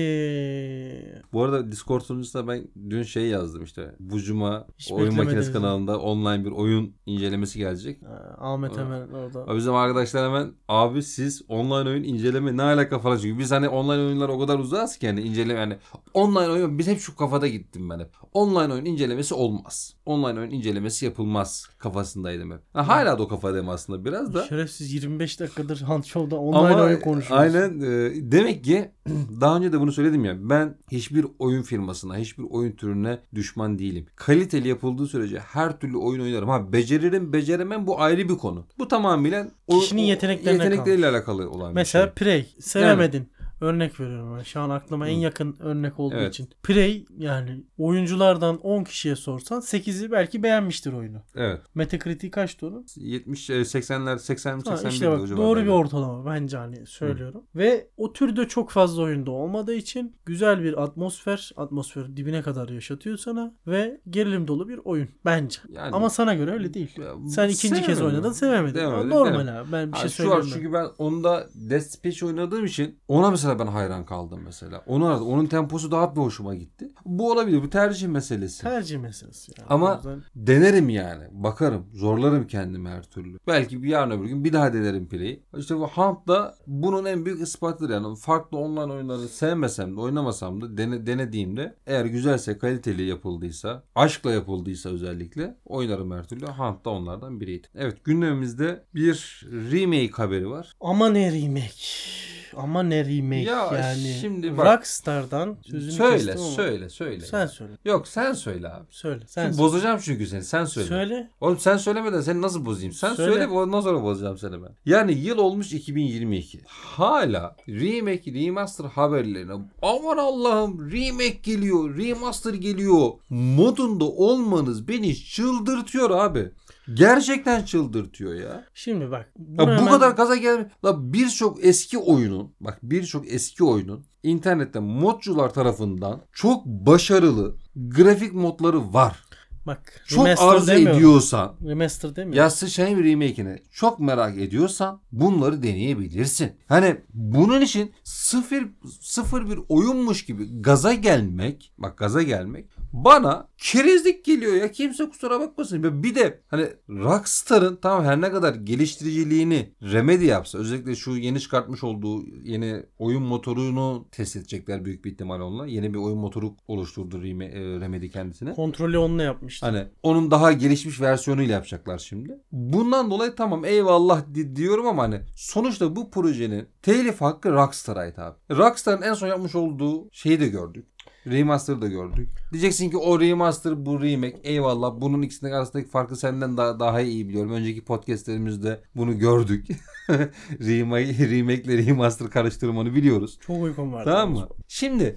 [SPEAKER 1] Bu arada Discord sunucusuna ben dün şey yazdım işte. Bu cuma
[SPEAKER 2] Hiç
[SPEAKER 1] Oyun
[SPEAKER 2] beklemediniz
[SPEAKER 1] Makinesi
[SPEAKER 2] mi?
[SPEAKER 1] kanalında online bir oyun incelemesi gelecek.
[SPEAKER 2] e, Ahmet
[SPEAKER 1] Aa.
[SPEAKER 2] hemen orada
[SPEAKER 1] Abi Bizim arkadaşlar hemen abi siz online oyun inceleme ne alaka falan çünkü biz hani online oyunlar o kadar uzağız ki hani inceleme yani online oyun biz hep şu kafada gittim ben hep. Online oyun incelemesi olmaz. Online oyun incelemesi yapılmaz kafasındaydım hep. Ha, hala da o kafadayım aslında biraz da.
[SPEAKER 2] Şerefsiz 25 dakikadır Hunt Show'da online
[SPEAKER 1] Ama
[SPEAKER 2] oyun konuşuyoruz.
[SPEAKER 1] Aynen. e, demek ki daha önce de bunu söyledim ya. Ben hiçbir oyun firmasına, hiçbir oyun türüne düşman değilim. Kaliteli yapıldığı sürece her türlü oyun oynarım. Ha beceririm, beceremem bu ayrı bir konu. Bu tamamıyla o-
[SPEAKER 2] Kişinin
[SPEAKER 1] o-
[SPEAKER 2] yeteneklerine
[SPEAKER 1] yetenekleriyle alakalı olan
[SPEAKER 2] Mesela
[SPEAKER 1] bir şey.
[SPEAKER 2] Prey sevemedin. Örnek veriyorum. ben. Şu an aklıma en
[SPEAKER 1] Hı.
[SPEAKER 2] yakın örnek olduğu
[SPEAKER 1] Evet.
[SPEAKER 2] için. Prey yani oyunculardan 10 kişiye sorsan 8'i belki beğenmiştir oyunu.
[SPEAKER 1] Evet.
[SPEAKER 2] Metacritic kaçtı onun?
[SPEAKER 1] 70 e, 80'ler 80
[SPEAKER 2] Ha,
[SPEAKER 1] 81
[SPEAKER 2] işte bak doğru bir ortalama bence hani söylüyorum. Ve o türde çok fazla oyunda olmadığı için güzel bir atmosfer, atmosferi dibine kadar yaşatıyor sana ve gerilim dolu bir oyun bence.
[SPEAKER 1] Yani-
[SPEAKER 2] Ama sana göre öyle değil.
[SPEAKER 1] Ya,
[SPEAKER 2] Sen ikinci kez
[SPEAKER 1] sevemedim.
[SPEAKER 2] oynadın sevemedin.
[SPEAKER 1] Demedim,
[SPEAKER 2] Normal
[SPEAKER 1] demedim.
[SPEAKER 2] abi ben bir
[SPEAKER 1] Ha,
[SPEAKER 2] şey
[SPEAKER 1] şu var
[SPEAKER 2] söylemiyorum.
[SPEAKER 1] çünkü ben onda Death Speech oynadığım için ona mesela ben hayran kaldım mesela. Onu aradım. Onun temposu daha bir hoşuma gitti. Bu olabilir. Bu tercih meselesi.
[SPEAKER 2] Tercih meselesi. Yani.
[SPEAKER 1] Ama-
[SPEAKER 2] O yüzden
[SPEAKER 1] Denerim yani. Bakarım. Zorlarım kendimi her türlü. Belki bir yarın öbür gün bir daha denerim play'i. İşte bu Hunt da bunun en büyük ispatıdır yani. Farklı online oyunları sevmesem de oynamasam da dene- denediğimde eğer güzelse kaliteli yapıldıysa aşkla yapıldıysa özellikle oynarım her türlü. Hunt da onlardan biriydi. Evet gündemimizde bir remake haberi var.
[SPEAKER 2] Ama ne remake? Ama ne remake
[SPEAKER 1] Ya
[SPEAKER 2] yani?
[SPEAKER 1] şimdi bak-
[SPEAKER 2] Rockstar'dan sözünü
[SPEAKER 1] söyle,
[SPEAKER 2] kestim ama-
[SPEAKER 1] söyle, söyle.
[SPEAKER 2] Sen söyle.
[SPEAKER 1] Yok sen söyle abi.
[SPEAKER 2] Söyle. Sen
[SPEAKER 1] Sen
[SPEAKER 2] söyle.
[SPEAKER 1] bozacağım çünkü seni. Sen söyle.
[SPEAKER 2] söyle.
[SPEAKER 1] Oğlum sen söylemeden seni nasıl bozayım? Sen
[SPEAKER 2] Söyle.
[SPEAKER 1] söyle. ondan sonra bozacağım seni ben. Yani yıl olmuş 2022. Hala remake, remaster haberlerine aman Allah'ım remake geliyor, remaster geliyor modunda olmanız beni çıldırtıyor abi. Gerçekten çıldırtıyor ya.
[SPEAKER 2] Şimdi bak.
[SPEAKER 1] Ya
[SPEAKER 2] bunu
[SPEAKER 1] bu
[SPEAKER 2] hemen-
[SPEAKER 1] kadar gaza gelme. La birçok eski oyunun, bak birçok eski oyunun internette modcular tarafından çok başarılı grafik modları var.
[SPEAKER 2] Bak.
[SPEAKER 1] Çok
[SPEAKER 2] remaster
[SPEAKER 1] arzu
[SPEAKER 2] demiyorum.
[SPEAKER 1] ediyorsan
[SPEAKER 2] Remaster demiyorum.
[SPEAKER 1] ya Sıçray'ın remake'ini çok merak ediyorsan bunları deneyebilirsin. Hani bunun için sıfır, sıfır bir oyunmuş gibi gaza gelmek, bak gaza gelmek bana kerizlik geliyor ya kimse kusura bakmasın. Ve Bir de hani Rockstar'ın tamam her ne kadar geliştiriciliğini Remedy yapsa özellikle şu yeni çıkartmış olduğu yeni oyun motorunu test edecekler büyük bir ihtimal onunla. Yeni bir oyun motoru oluşturdu Reme- e, Remedy kendisine.
[SPEAKER 2] Kontrolü onunla yapmıştı.
[SPEAKER 1] Hani onun daha gelişmiş versiyonuyla yapacaklar şimdi. Bundan dolayı tamam eyvallah di- diyorum ama hani sonuçta bu projenin telif hakkı Rockstar'a ait abi. Rockstar'ın en son yapmış olduğu şeyi de gördük. Remaster'ı da gördük. Diyeceksin ki o remaster bu remake. Eyvallah bunun ikisinin arasındaki farkı senden daha, daha iyi biliyorum. Önceki podcastlerimizde bunu gördük. remake, remake ile remaster karıştırmanı biliyoruz.
[SPEAKER 2] Çok uykum vardı.
[SPEAKER 1] Hani- Tamam mı? Şimdi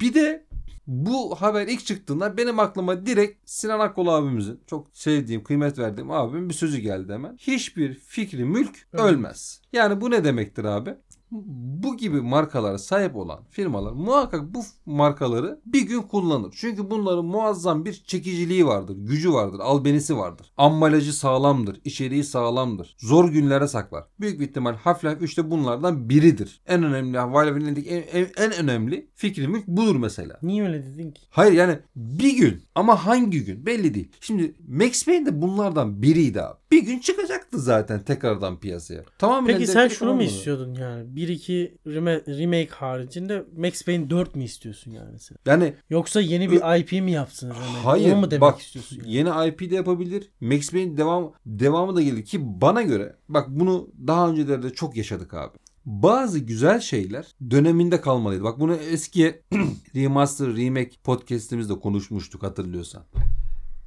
[SPEAKER 1] bir de bu haber ilk çıktığında benim aklıma direkt Sinan Akkol abimizin çok sevdiğim, kıymet verdiğim abimin bir sözü geldi hemen. Hiçbir fikri mülk
[SPEAKER 2] Ölmez.
[SPEAKER 1] ölmez. Yani bu ne demektir abi? Bu gibi markalara sahip olan firmalar muhakkak bu markaları bir gün kullanır. Çünkü bunların muazzam bir çekiciliği vardır, gücü vardır, albenisi vardır. Ambalajı sağlamdır, içeriği sağlamdır. Zor günlere saklar. Büyük bir ihtimal Half-Life 3 de bunlardan biridir. En önemli, Valve'in elindeki en, en, en önemli fikri mülk budur mesela.
[SPEAKER 2] Niye öyle dedin ki?
[SPEAKER 1] Hayır yani bir gün ama hangi gün belli değil. Şimdi Max Payne de bunlardan biriydi abi. Bir gün çıkacaktı zaten tekrardan piyasaya. Tamam
[SPEAKER 2] Peki sen şunu mu istiyordun yani? 1-2 reme- remake haricinde Max Payne 4 mi istiyorsun yani sen?
[SPEAKER 1] Yani
[SPEAKER 2] Yoksa yeni bir IP mi yapsın? remake?
[SPEAKER 1] hayır
[SPEAKER 2] Onu mu demek
[SPEAKER 1] bak
[SPEAKER 2] istiyorsun? yani?
[SPEAKER 1] yeni IP de yapabilir. Max Payne devam, devamı da gelir ki bana göre bak bunu daha öncelerde çok yaşadık abi. Bazı güzel şeyler döneminde kalmalıydı. Bak bunu eski remaster remake podcast'imizde konuşmuştuk hatırlıyorsan.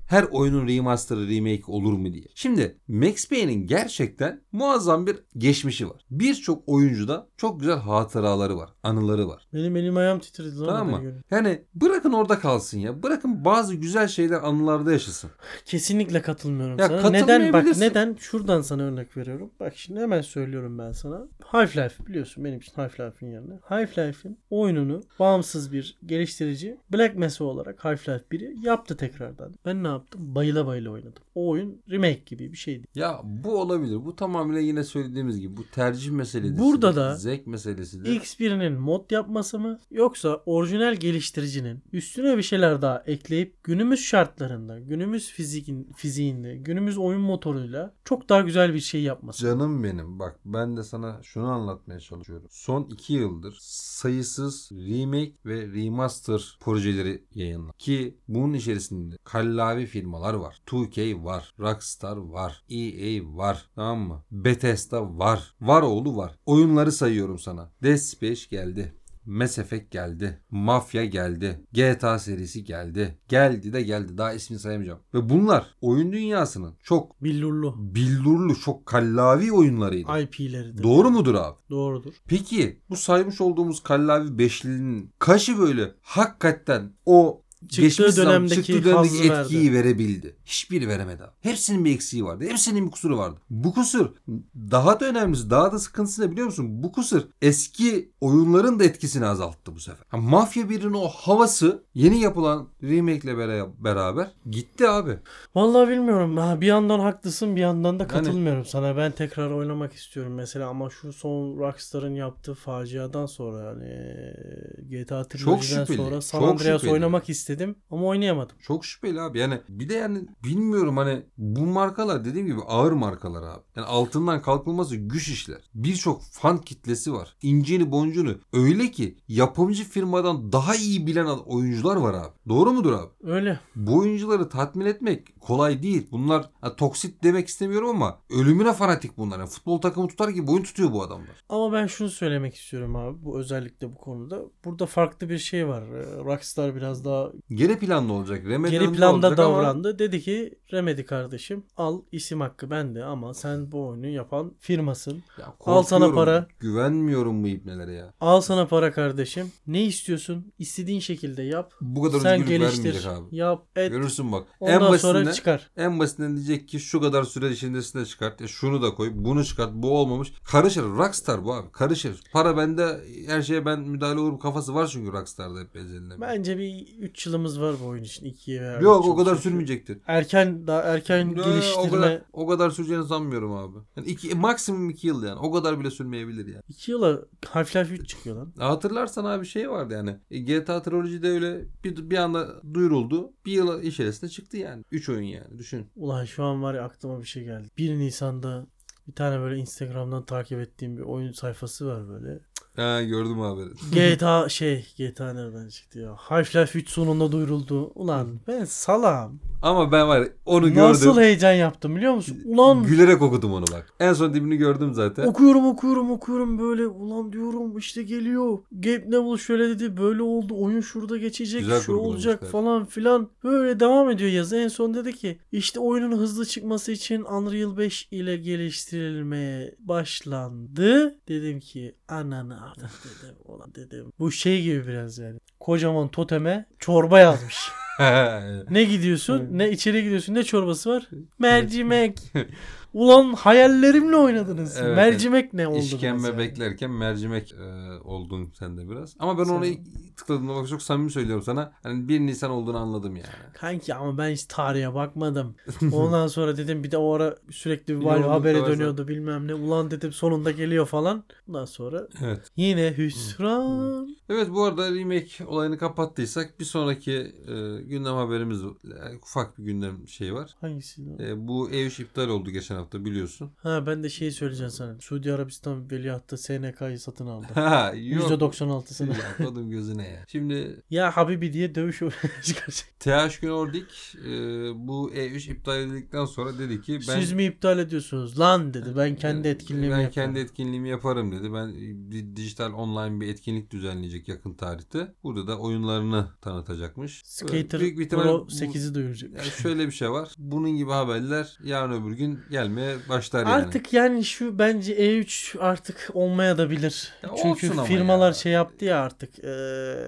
[SPEAKER 1] her oyunun remasterı remake olur mu diye. Şimdi Max Payne'in gerçekten muazzam bir geçmişi var. Birçok oyuncuda çok güzel hatıraları var, anıları var.
[SPEAKER 2] Benim elim ayağım titredi lan.
[SPEAKER 1] Tamam mı?
[SPEAKER 2] haberi görünce.
[SPEAKER 1] Yani bırakın orada kalsın ya. Bırakın bazı güzel şeyler anılarda yaşasın.
[SPEAKER 2] Kesinlikle katılmıyorum
[SPEAKER 1] Ya
[SPEAKER 2] sana. Neden bak
[SPEAKER 1] katılmayabilirsin.
[SPEAKER 2] neden? Şuradan sana örnek veriyorum. Bak şimdi hemen söylüyorum ben sana. Half-Life biliyorsun benim için Half-Life'in yerine. Half-Life'in oyununu bağımsız bir geliştirici Black Mesa olarak Half-Life 1'i yaptı tekrardan. Ben ne yaptım? Bayıla bayıla oynadım. O oyun remake gibi bir şeydi.
[SPEAKER 1] Ya bu olabilir. Bu tamamıyla yine söylediğimiz gibi bu tercih meselesidir.
[SPEAKER 2] Burada da
[SPEAKER 1] zevk meselesidir.
[SPEAKER 2] X1'inin mod yapması mı yoksa orijinal geliştiricinin üstüne bir şeyler daha ekleyip günümüz şartlarında, günümüz fizikin, fiziğinde, günümüz oyun motoruyla çok daha güzel bir şey yapması.
[SPEAKER 1] Canım benim bak ben de sana şunu anlatmaya çalışıyorum. Son iki yıldır sayısız remake ve remaster projeleri yayınlandı. Ki bunun içerisinde kallavi firmalar var. 2K var. Rockstar var. EA var. Tamam mı? Bethesda var. Var oğlu var. Oyunları sayıyorum sana. Death Space geldi. Mass Effect geldi. Mafya geldi. GTA serisi geldi. Geldi de geldi. Daha ismini sayamayacağım. Ve bunlar oyun dünyasının çok
[SPEAKER 2] Billurlu.
[SPEAKER 1] billurlu çok kallavi oyunlarıydı.
[SPEAKER 2] IP'leridir.
[SPEAKER 1] Doğru mudur abi?
[SPEAKER 2] Doğrudur.
[SPEAKER 1] Peki bu saymış olduğumuz kallavi beşlinin kaşı böyle hakikaten o
[SPEAKER 2] Çıktığı
[SPEAKER 1] geçmiş zaman-
[SPEAKER 2] dönemdeki
[SPEAKER 1] çıktığı dönemdeki
[SPEAKER 2] hazzı verdi.
[SPEAKER 1] etkiyi verebildi. Hiçbiri veremedi abi. Hepsinin bir eksiği vardı. Hepsinin bir kusuru vardı. Bu kusur daha da önemlisi daha da sıkıntısı ne biliyor musun? Bu kusur eski oyunların da etkisini azalttı bu sefer. Ha, Mafya 1'in o havası yeni yapılan remake ile beraber gitti abi.
[SPEAKER 2] Vallahi bilmiyorum. Ha, bir yandan haklısın bir yandan da katılmıyorum sana. Ben tekrar oynamak istiyorum mesela ama şu son Rockstar'ın yaptığı faciadan sonra yani e, eee, GTA Trilogy'den
[SPEAKER 1] şüpheli,
[SPEAKER 2] sonra San
[SPEAKER 1] çok
[SPEAKER 2] Andreas
[SPEAKER 1] şüpheli.
[SPEAKER 2] oynamak istedim ama oynayamadım.
[SPEAKER 1] Çok şüpheli abi. Yani bir de yani bilmiyorum hani bu markalar dediğim gibi ağır markalar abi. Yani altından kalkılması güç işler. Birçok fan kitlesi var. İncini boncunu. Öyle ki yapımcı firmadan daha iyi bilen ad- oyuncular var abi. Doğru mudur abi?
[SPEAKER 2] Öyle.
[SPEAKER 1] Bu oyuncuları tatmin etmek kolay değil. Bunlar ha, toksit demek istemiyorum ama ölümüne fanatik bunlar. Yani futbol takımı tutar gibi oyun tutuyor bu adamlar.
[SPEAKER 2] Ama ben şunu söylemek istiyorum abi bu özellikle bu konuda. Burada farklı bir şey var. Ee, Rockstar biraz daha
[SPEAKER 1] Geri planda olacak. Remedy
[SPEAKER 2] geri
[SPEAKER 1] önünde
[SPEAKER 2] planda
[SPEAKER 1] olacak ama-
[SPEAKER 2] davrandı. Dedi ki Remedy kardeşim al isim hakkı bende ama sen bu oyunu yapan firmasın.
[SPEAKER 1] Ya
[SPEAKER 2] Al sana
[SPEAKER 1] korkuyorum.
[SPEAKER 2] para.
[SPEAKER 1] Güvenmiyorum bu ipnelere ya.
[SPEAKER 2] Al sana para kardeşim. Ne istiyorsun? İstediğin şekilde yap.
[SPEAKER 1] Bu kadar
[SPEAKER 2] Sen
[SPEAKER 1] özgürlük
[SPEAKER 2] geliştir.
[SPEAKER 1] vermeyecek abi.
[SPEAKER 2] Yap et.
[SPEAKER 1] Görürsün bak. en
[SPEAKER 2] Ondan
[SPEAKER 1] basitinden,
[SPEAKER 2] sonra çıkar.
[SPEAKER 1] en basitinden diyecek ki şu kadar süre içerisinde çıkart. E şunu da koy. Bunu çıkart. Bu olmamış. Karışır. Rockstar bu abi. Karışır. Para bende. Her şeye ben müdahale olurum. Kafası var çünkü Rockstar'da hep ezelinden.
[SPEAKER 2] Bence bir 3 yılımız var bu oyun için. 2'ye veya
[SPEAKER 1] Yok o
[SPEAKER 2] üç yıl
[SPEAKER 1] kadar
[SPEAKER 2] sürecek.
[SPEAKER 1] sürmeyecektir.
[SPEAKER 2] Erken daha erken
[SPEAKER 1] Ee,
[SPEAKER 2] geliştirme.
[SPEAKER 1] O kadar, o kadar süreceğini sanmıyorum abi. Yani iki, maksimum 2 yıl yani. O kadar bile sürmeyebilir yani.
[SPEAKER 2] 2 yıla Half-Life 3 çıkıyor lan.
[SPEAKER 1] Hatırlarsan abi şey vardı yani. E, GTA Trilogy'de öyle bir, bir anda duyuruldu. Bir yıl içerisinde çıktı yani. 3 oyun yani. Düşün.
[SPEAKER 2] Ulan şu an var ya aklıma bir şey geldi. 1 Nisan'da bir tane böyle Instagram'dan takip ettiğim bir oyun sayfası var böyle.
[SPEAKER 1] Ha, gördüm abi.
[SPEAKER 2] GTA şey GTA nereden çıktı ya? Half-Life 3 sonunda duyuruldu. Ulan ben salam.
[SPEAKER 1] Ama ben var ya, onu
[SPEAKER 2] Nasıl
[SPEAKER 1] gördüm.
[SPEAKER 2] heyecan yaptım biliyor musun? Ulan
[SPEAKER 1] Gülerek okudum onu bak. En son dibini gördüm zaten.
[SPEAKER 2] okuyorum okuyorum okuyorum böyle ulan diyorum işte geliyor. Gabe Neville şöyle dedi böyle oldu oyun şurada geçecek
[SPEAKER 1] Güzel
[SPEAKER 2] şu olacak
[SPEAKER 1] kurgulamışlar.
[SPEAKER 2] falan filan. Böyle devam ediyor yazı en son dedi ki işte oyunun hızlı çıkması için Unreal 5 ile geliştirilmeye başlandı. Dedim ki ananı avrat dedim ulan dedim. Bu şey gibi biraz yani kocaman toteme çorba yazmış. Ne gidiyorsun
[SPEAKER 1] Evet.
[SPEAKER 2] ne içeri gidiyorsun ne çorbası var? Mercimek. Ulan hayallerimle oynadınız.
[SPEAKER 1] Evet,
[SPEAKER 2] Mercimek ne oldu?
[SPEAKER 1] İşkembe
[SPEAKER 2] mesela?
[SPEAKER 1] beklerken mercimek e, oldun sen de biraz. Ama ben
[SPEAKER 2] Sen-
[SPEAKER 1] onu ilk tıkladığımda bak çok samimi söylüyorum sana. Hani 1 Nisan olduğunu anladım yani.
[SPEAKER 2] Kanki ama ben hiç tarihe bakmadım. Ondan sonra dedim bir de o ara sürekli bir Valve
[SPEAKER 1] Yoğunluk da
[SPEAKER 2] habere
[SPEAKER 1] varsa.
[SPEAKER 2] dönüyordu bilmem ne. Ulan dedim sonunda geliyor falan. Ondan sonra
[SPEAKER 1] Evet.
[SPEAKER 2] yine hüsran.
[SPEAKER 1] Evet bu arada remake olayını kapattıysak bir sonraki e, gündem haberimiz e, ufak bir gündem şeyi var.
[SPEAKER 2] Hangisi? o?
[SPEAKER 1] E, bu E3 iptal oldu geçen hafta biliyorsun.
[SPEAKER 2] Ha ben de şeyi söyleyeceğim sana. Suudi Arabistan veliahtı SNK'yı satın aldı.
[SPEAKER 1] Ha yok.
[SPEAKER 2] %96'sını.
[SPEAKER 1] Yapmadım gözüne ya. Şimdi
[SPEAKER 2] ya Habibi diye dövüş çıkacak.
[SPEAKER 1] TH Günordik e, bu E3 iptal edildikten sonra dedi ki ben e,
[SPEAKER 2] Siz mi iptal ediyorsunuz lan dedi. Ben kendi etkinliğimi
[SPEAKER 1] ben
[SPEAKER 2] yaparım.
[SPEAKER 1] kendi etkinliğimi yaparım dedi. Ben e, di- dijital online bir etkinlik düzenleyecek yakın tarihte. Burada da oyunlarını tanıtacakmış.
[SPEAKER 2] Skater
[SPEAKER 1] Büyük bir ihtimal
[SPEAKER 2] Pro
[SPEAKER 1] bu-
[SPEAKER 2] 8'i duyuracak.
[SPEAKER 1] Yani şöyle bir şey var. Bunun gibi haberler yarın öbür gün gelmeye başlar yani.
[SPEAKER 2] Artık yani şu bence E3 artık olmaya da bilir.
[SPEAKER 1] Ya olsun
[SPEAKER 2] Çünkü
[SPEAKER 1] ama
[SPEAKER 2] firmalar
[SPEAKER 1] ya.
[SPEAKER 2] şey yaptı ya artık. eee,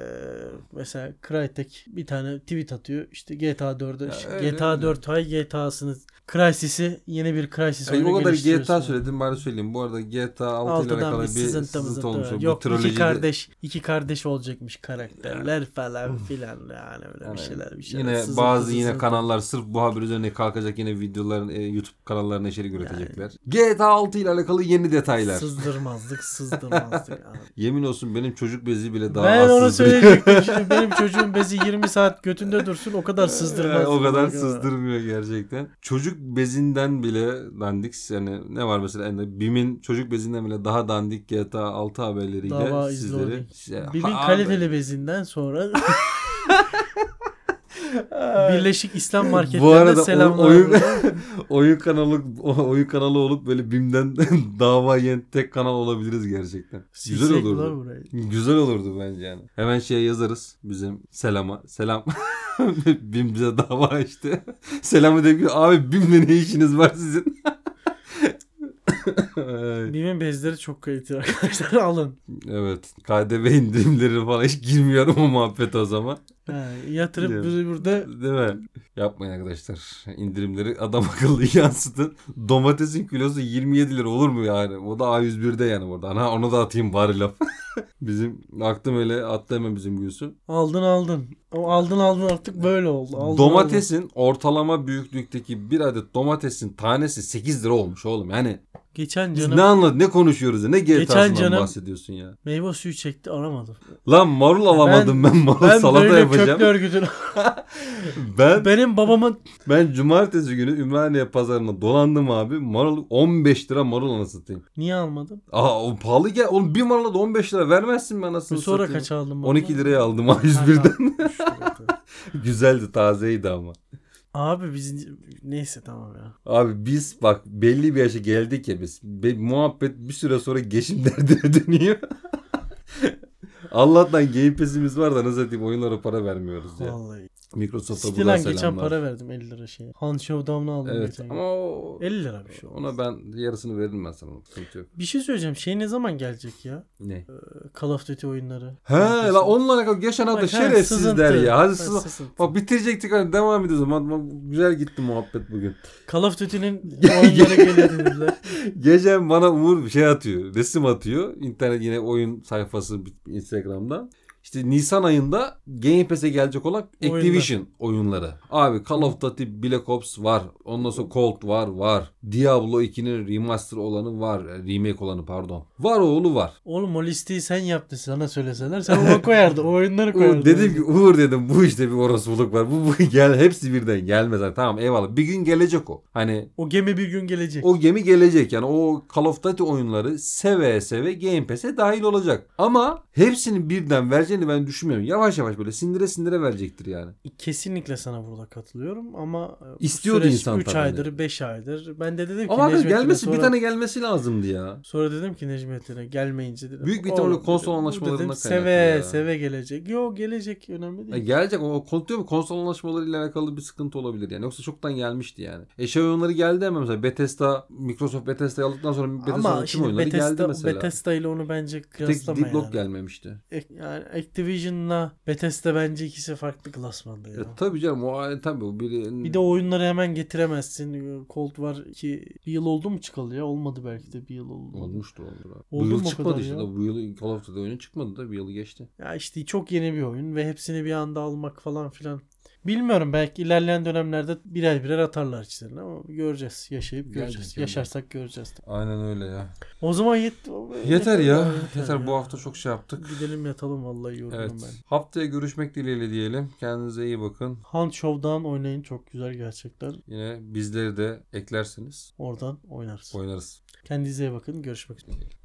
[SPEAKER 2] mesela Crytek bir tane tweet atıyor. İşte GTA 4'e
[SPEAKER 1] Ya
[SPEAKER 2] işte
[SPEAKER 1] öyle,
[SPEAKER 2] GTA
[SPEAKER 1] öyle.
[SPEAKER 2] 4 ay GTA'sını Crysis'i yeni bir Crysis
[SPEAKER 1] Ay,
[SPEAKER 2] oyunu
[SPEAKER 1] o kadar
[SPEAKER 2] geliştiriyorsun.
[SPEAKER 1] GTA söyledim bari söyleyeyim. Bu arada GTA 6 ile
[SPEAKER 2] Altıdan
[SPEAKER 1] alakalı
[SPEAKER 2] bir
[SPEAKER 1] bir
[SPEAKER 2] sızıntımız
[SPEAKER 1] sızıntı olmuş. Bu
[SPEAKER 2] Yok iki
[SPEAKER 1] trilojide-
[SPEAKER 2] kardeş iki kardeş olacakmış karakterler falan filan yani öyle
[SPEAKER 1] Yani
[SPEAKER 2] bir şeyler bir şeyler.
[SPEAKER 1] Yine
[SPEAKER 2] Sızıntı,
[SPEAKER 1] bazı yine
[SPEAKER 2] sızıntı.
[SPEAKER 1] kanallar sırf bu haber üzerine kalkacak yine videoların e, YouTube kanallarına içerik üretecekler. GTA 6 ile alakalı yeni detaylar.
[SPEAKER 2] Sızdırmazdık sızdırmazdık abi.
[SPEAKER 1] Yemin olsun benim çocuk bezi bile daha
[SPEAKER 2] ben
[SPEAKER 1] az
[SPEAKER 2] onu
[SPEAKER 1] sızdırıyor.
[SPEAKER 2] söyleyecektim. Şimdi benim çocuğun bezi 20 saat götünde dursun o kadar sızdırmaz.
[SPEAKER 1] Yani o kadar sızdırmıyor gerçekten. Çocuk bezinden bile dandik yani ne var mesela yani BİM'in çocuk bezinden bile daha dandik GTA 6 haberleriyle
[SPEAKER 2] Dava
[SPEAKER 1] sizleri.
[SPEAKER 2] izledik.
[SPEAKER 1] Size-
[SPEAKER 2] Bimin
[SPEAKER 1] Ha-
[SPEAKER 2] kaliteli bezinden sonra Birleşik İslam
[SPEAKER 1] Bu
[SPEAKER 2] Marketlerine
[SPEAKER 1] arada o-
[SPEAKER 2] selamlar.
[SPEAKER 1] oyun oyun kanalı o- oyun kanalı olup böyle BİM'den dava yiyen tek kanal olabiliriz gerçekten. Güzel
[SPEAKER 2] Silsek
[SPEAKER 1] olurdu.
[SPEAKER 2] lan burayı.
[SPEAKER 1] Güzel olurdu bence yani. Hemen şey yazarız bizim selama. Selam. Bim bize dava açtı. Selamı deyip abi Bim'le ne işiniz var sizin? Ay,
[SPEAKER 2] Bimin bezleri çok kaliteli arkadaşlar alın.
[SPEAKER 1] evet. KDV indirimleri falan hiç girmiyorum o muhabbet o zaman.
[SPEAKER 2] Yani yatırıp
[SPEAKER 1] Biliyorum.
[SPEAKER 2] bizi burada
[SPEAKER 1] Değil mi? Yapmayın arkadaşlar. İndirimleri adam akıllı yansıtın. Domatesin kilosu 27 lira olur mu yani? O da A101'de yani buradan. Ha onu da atayım bari laf. bizim aklım öyle attı hemen bizim Gülsüm.
[SPEAKER 2] aldın aldın. Ama aldın aldın artık böyle oldu. Aldın,
[SPEAKER 1] domatesin ortalama büyüklükteki bir adet domatesin tanesi 8 lira olmuş oğlum. Yani
[SPEAKER 2] aldın. Geçen
[SPEAKER 1] biz
[SPEAKER 2] canım
[SPEAKER 1] ne anladık ne konuşuyoruz ya ne GTA'sından
[SPEAKER 2] canım-
[SPEAKER 1] bahsediyorsun ya.
[SPEAKER 2] meyve suyu çekti aramadım.
[SPEAKER 1] Lan marul alamadım ben, marul
[SPEAKER 2] Ben
[SPEAKER 1] salata
[SPEAKER 2] böyle köklü
[SPEAKER 1] yapacağım.
[SPEAKER 2] örgütün.
[SPEAKER 1] Ben
[SPEAKER 2] Benim babamın
[SPEAKER 1] ben cumartesi günü Ümraniye pazarına dolandım abi. Marul 15 lira marul anasını satayım.
[SPEAKER 2] niye almadım?
[SPEAKER 1] Aa o pahalı gel. Oğlum bir marula da 15 lira vermezsin mi anasını
[SPEAKER 2] Sonra
[SPEAKER 1] satayım?
[SPEAKER 2] kaç aldım?
[SPEAKER 1] 12
[SPEAKER 2] baba?
[SPEAKER 1] liraya aldım A101'den. Güzeldi tazeydi ama.
[SPEAKER 2] Abi biz neyse tamam ya.
[SPEAKER 1] Abi biz bak belli bir yaşa geldik ya biz. Be- muhabbet bir süre sonra geçim derdine dönüyor. Allah'tan Game Pass'imiz var da nasıl diyeyim oyunlara para vermiyoruz ya.
[SPEAKER 2] Vallahi.
[SPEAKER 1] Microsoft'a
[SPEAKER 2] Siti
[SPEAKER 1] buradan
[SPEAKER 2] lan
[SPEAKER 1] selamlar.
[SPEAKER 2] geçen para verdim 50 lira şeye. Han Showdown'u aldım
[SPEAKER 1] Evet
[SPEAKER 2] geçen. gün.
[SPEAKER 1] ama o,
[SPEAKER 2] 50 lira bir şey oldu.
[SPEAKER 1] ona ben yarısını veririm ben sana. Sıkıntı yok.
[SPEAKER 2] Bir şey söyleyeceğim. Şey ne zaman gelecek ya? Ee,
[SPEAKER 1] Ne?
[SPEAKER 2] Call of Duty oyunları.
[SPEAKER 1] He la onunla alakalı geçen hafta şerefsizler ya. Hadi sızın. Bak bitirecektik hani devam ediyoruz. Ama- ama Güzel gitti muhabbet bugün.
[SPEAKER 2] Call of Duty'nin oyunları geliyor dediler.
[SPEAKER 1] Gece bana Uğur bir şey atıyor. Resim atıyor. İnternet yine oyun sayfası bir- Instagram'da. İşte Nisan ayında Game Pass'e gelecek olan
[SPEAKER 2] Oyunlar.
[SPEAKER 1] Activision oyunları. Abi Call of Duty Black Ops var. Ondan sonra Cold var var. Diablo 2'nin remaster olanı var. E, Remake olanı pardon. Var oğlu var.
[SPEAKER 2] Oğlum o listeyi sen yaptın sana söyleseler. Sen ona koyardı. O oyunları koyardı.
[SPEAKER 1] Uğur dedim ki Uğur dedim bu işte bir orospuluk var. Bu, bu gel hepsi birden gelmez. Yani tamam eyvallah. Bir gün gelecek o. Hani
[SPEAKER 2] O gemi bir gün gelecek.
[SPEAKER 1] O gemi gelecek yani o Call of Duty oyunları seve seve Game Pass'e dahil olacak. Ama hepsini birden verecek vereceğini ben düşünmüyorum. Yavaş yavaş böyle sindire sindire verecektir yani.
[SPEAKER 2] Kesinlikle sana burada katılıyorum ama e,
[SPEAKER 1] İstiyordu insan
[SPEAKER 2] 3
[SPEAKER 1] tabii. hani.
[SPEAKER 2] aydır 5 aydır. Ben de dedim ki
[SPEAKER 1] Ama arkadaş
[SPEAKER 2] Necmettin'e
[SPEAKER 1] gelmesi
[SPEAKER 2] sonra,
[SPEAKER 1] bir tane gelmesi lazımdı ya.
[SPEAKER 2] sonra dedim ki Necmettin'e gelmeyince dedim.
[SPEAKER 1] Büyük bir ihtimalle
[SPEAKER 2] "Oğlum,"
[SPEAKER 1] konsol
[SPEAKER 2] dedim, "bu,"
[SPEAKER 1] anlaşmalarına
[SPEAKER 2] dedim,
[SPEAKER 1] kaynaklı
[SPEAKER 2] Seve
[SPEAKER 1] ya.
[SPEAKER 2] seve gelecek. Yo gelecek önemli
[SPEAKER 1] Ya
[SPEAKER 2] değil.
[SPEAKER 1] E, gelecek o kontrol mu? Konsol anlaşmalarıyla alakalı bir sıkıntı olabilir yani. Yoksa çoktan gelmişti yani. E şey oyunları geldi ama mesela Bethesda, Microsoft Bethesda aldıktan sonra Bethesda'nın
[SPEAKER 2] ama
[SPEAKER 1] tüm
[SPEAKER 2] şimdi
[SPEAKER 1] oyunları geldi
[SPEAKER 2] Bethesda,
[SPEAKER 1] mesela.
[SPEAKER 2] Bethesda ile onu bence
[SPEAKER 1] Tek
[SPEAKER 2] kıyaslama
[SPEAKER 1] Deep
[SPEAKER 2] yani.
[SPEAKER 1] Rock gelmemişti.
[SPEAKER 2] Ek- yani Activision'la Bethesda bence ikisi farklı klasmanda ya.
[SPEAKER 1] E, tabii canım o ay- tabii o bir,
[SPEAKER 2] Bir de oyunları hemen getiremezsin. Cold War ki bir yıl oldu mu çıkalı ya? Olmadı belki de bir yıl oldu.
[SPEAKER 1] olmuştu olur. Bu
[SPEAKER 2] Oldu mu
[SPEAKER 1] yıl
[SPEAKER 2] o
[SPEAKER 1] çıkmadı
[SPEAKER 2] kadar
[SPEAKER 1] işte.
[SPEAKER 2] ya?
[SPEAKER 1] da Bu yıl Call of Duty oyunu çıkmadı da bir yılı geçti.
[SPEAKER 2] Ya işte çok yeni bir oyun ve hepsini bir anda almak falan filan. Bilmiyorum belki ilerleyen dönemlerde birer birer atarlar içlerine ama göreceğiz. Yaşayıp göreceğiz.
[SPEAKER 1] Gelecek, gelecek.
[SPEAKER 2] Yaşarsak göreceğiz.
[SPEAKER 1] Aynen öyle ya.
[SPEAKER 2] O zaman yet
[SPEAKER 1] Yeter ya. Yeter,
[SPEAKER 2] ya.
[SPEAKER 1] bu hafta çok şey yaptık.
[SPEAKER 2] Gidelim yatalım vallahi yoruldum
[SPEAKER 1] Evet.
[SPEAKER 2] ben.
[SPEAKER 1] Haftaya görüşmek dileğiyle diyelim. Kendinize iyi bakın.
[SPEAKER 2] Hunt Show'dan oynayın çok güzel gerçekten.
[SPEAKER 1] Yine bizleri de eklerseniz
[SPEAKER 2] Oradan oynarız.
[SPEAKER 1] oynarız.
[SPEAKER 2] Kendinize iyi bakın. Görüşmek üzere.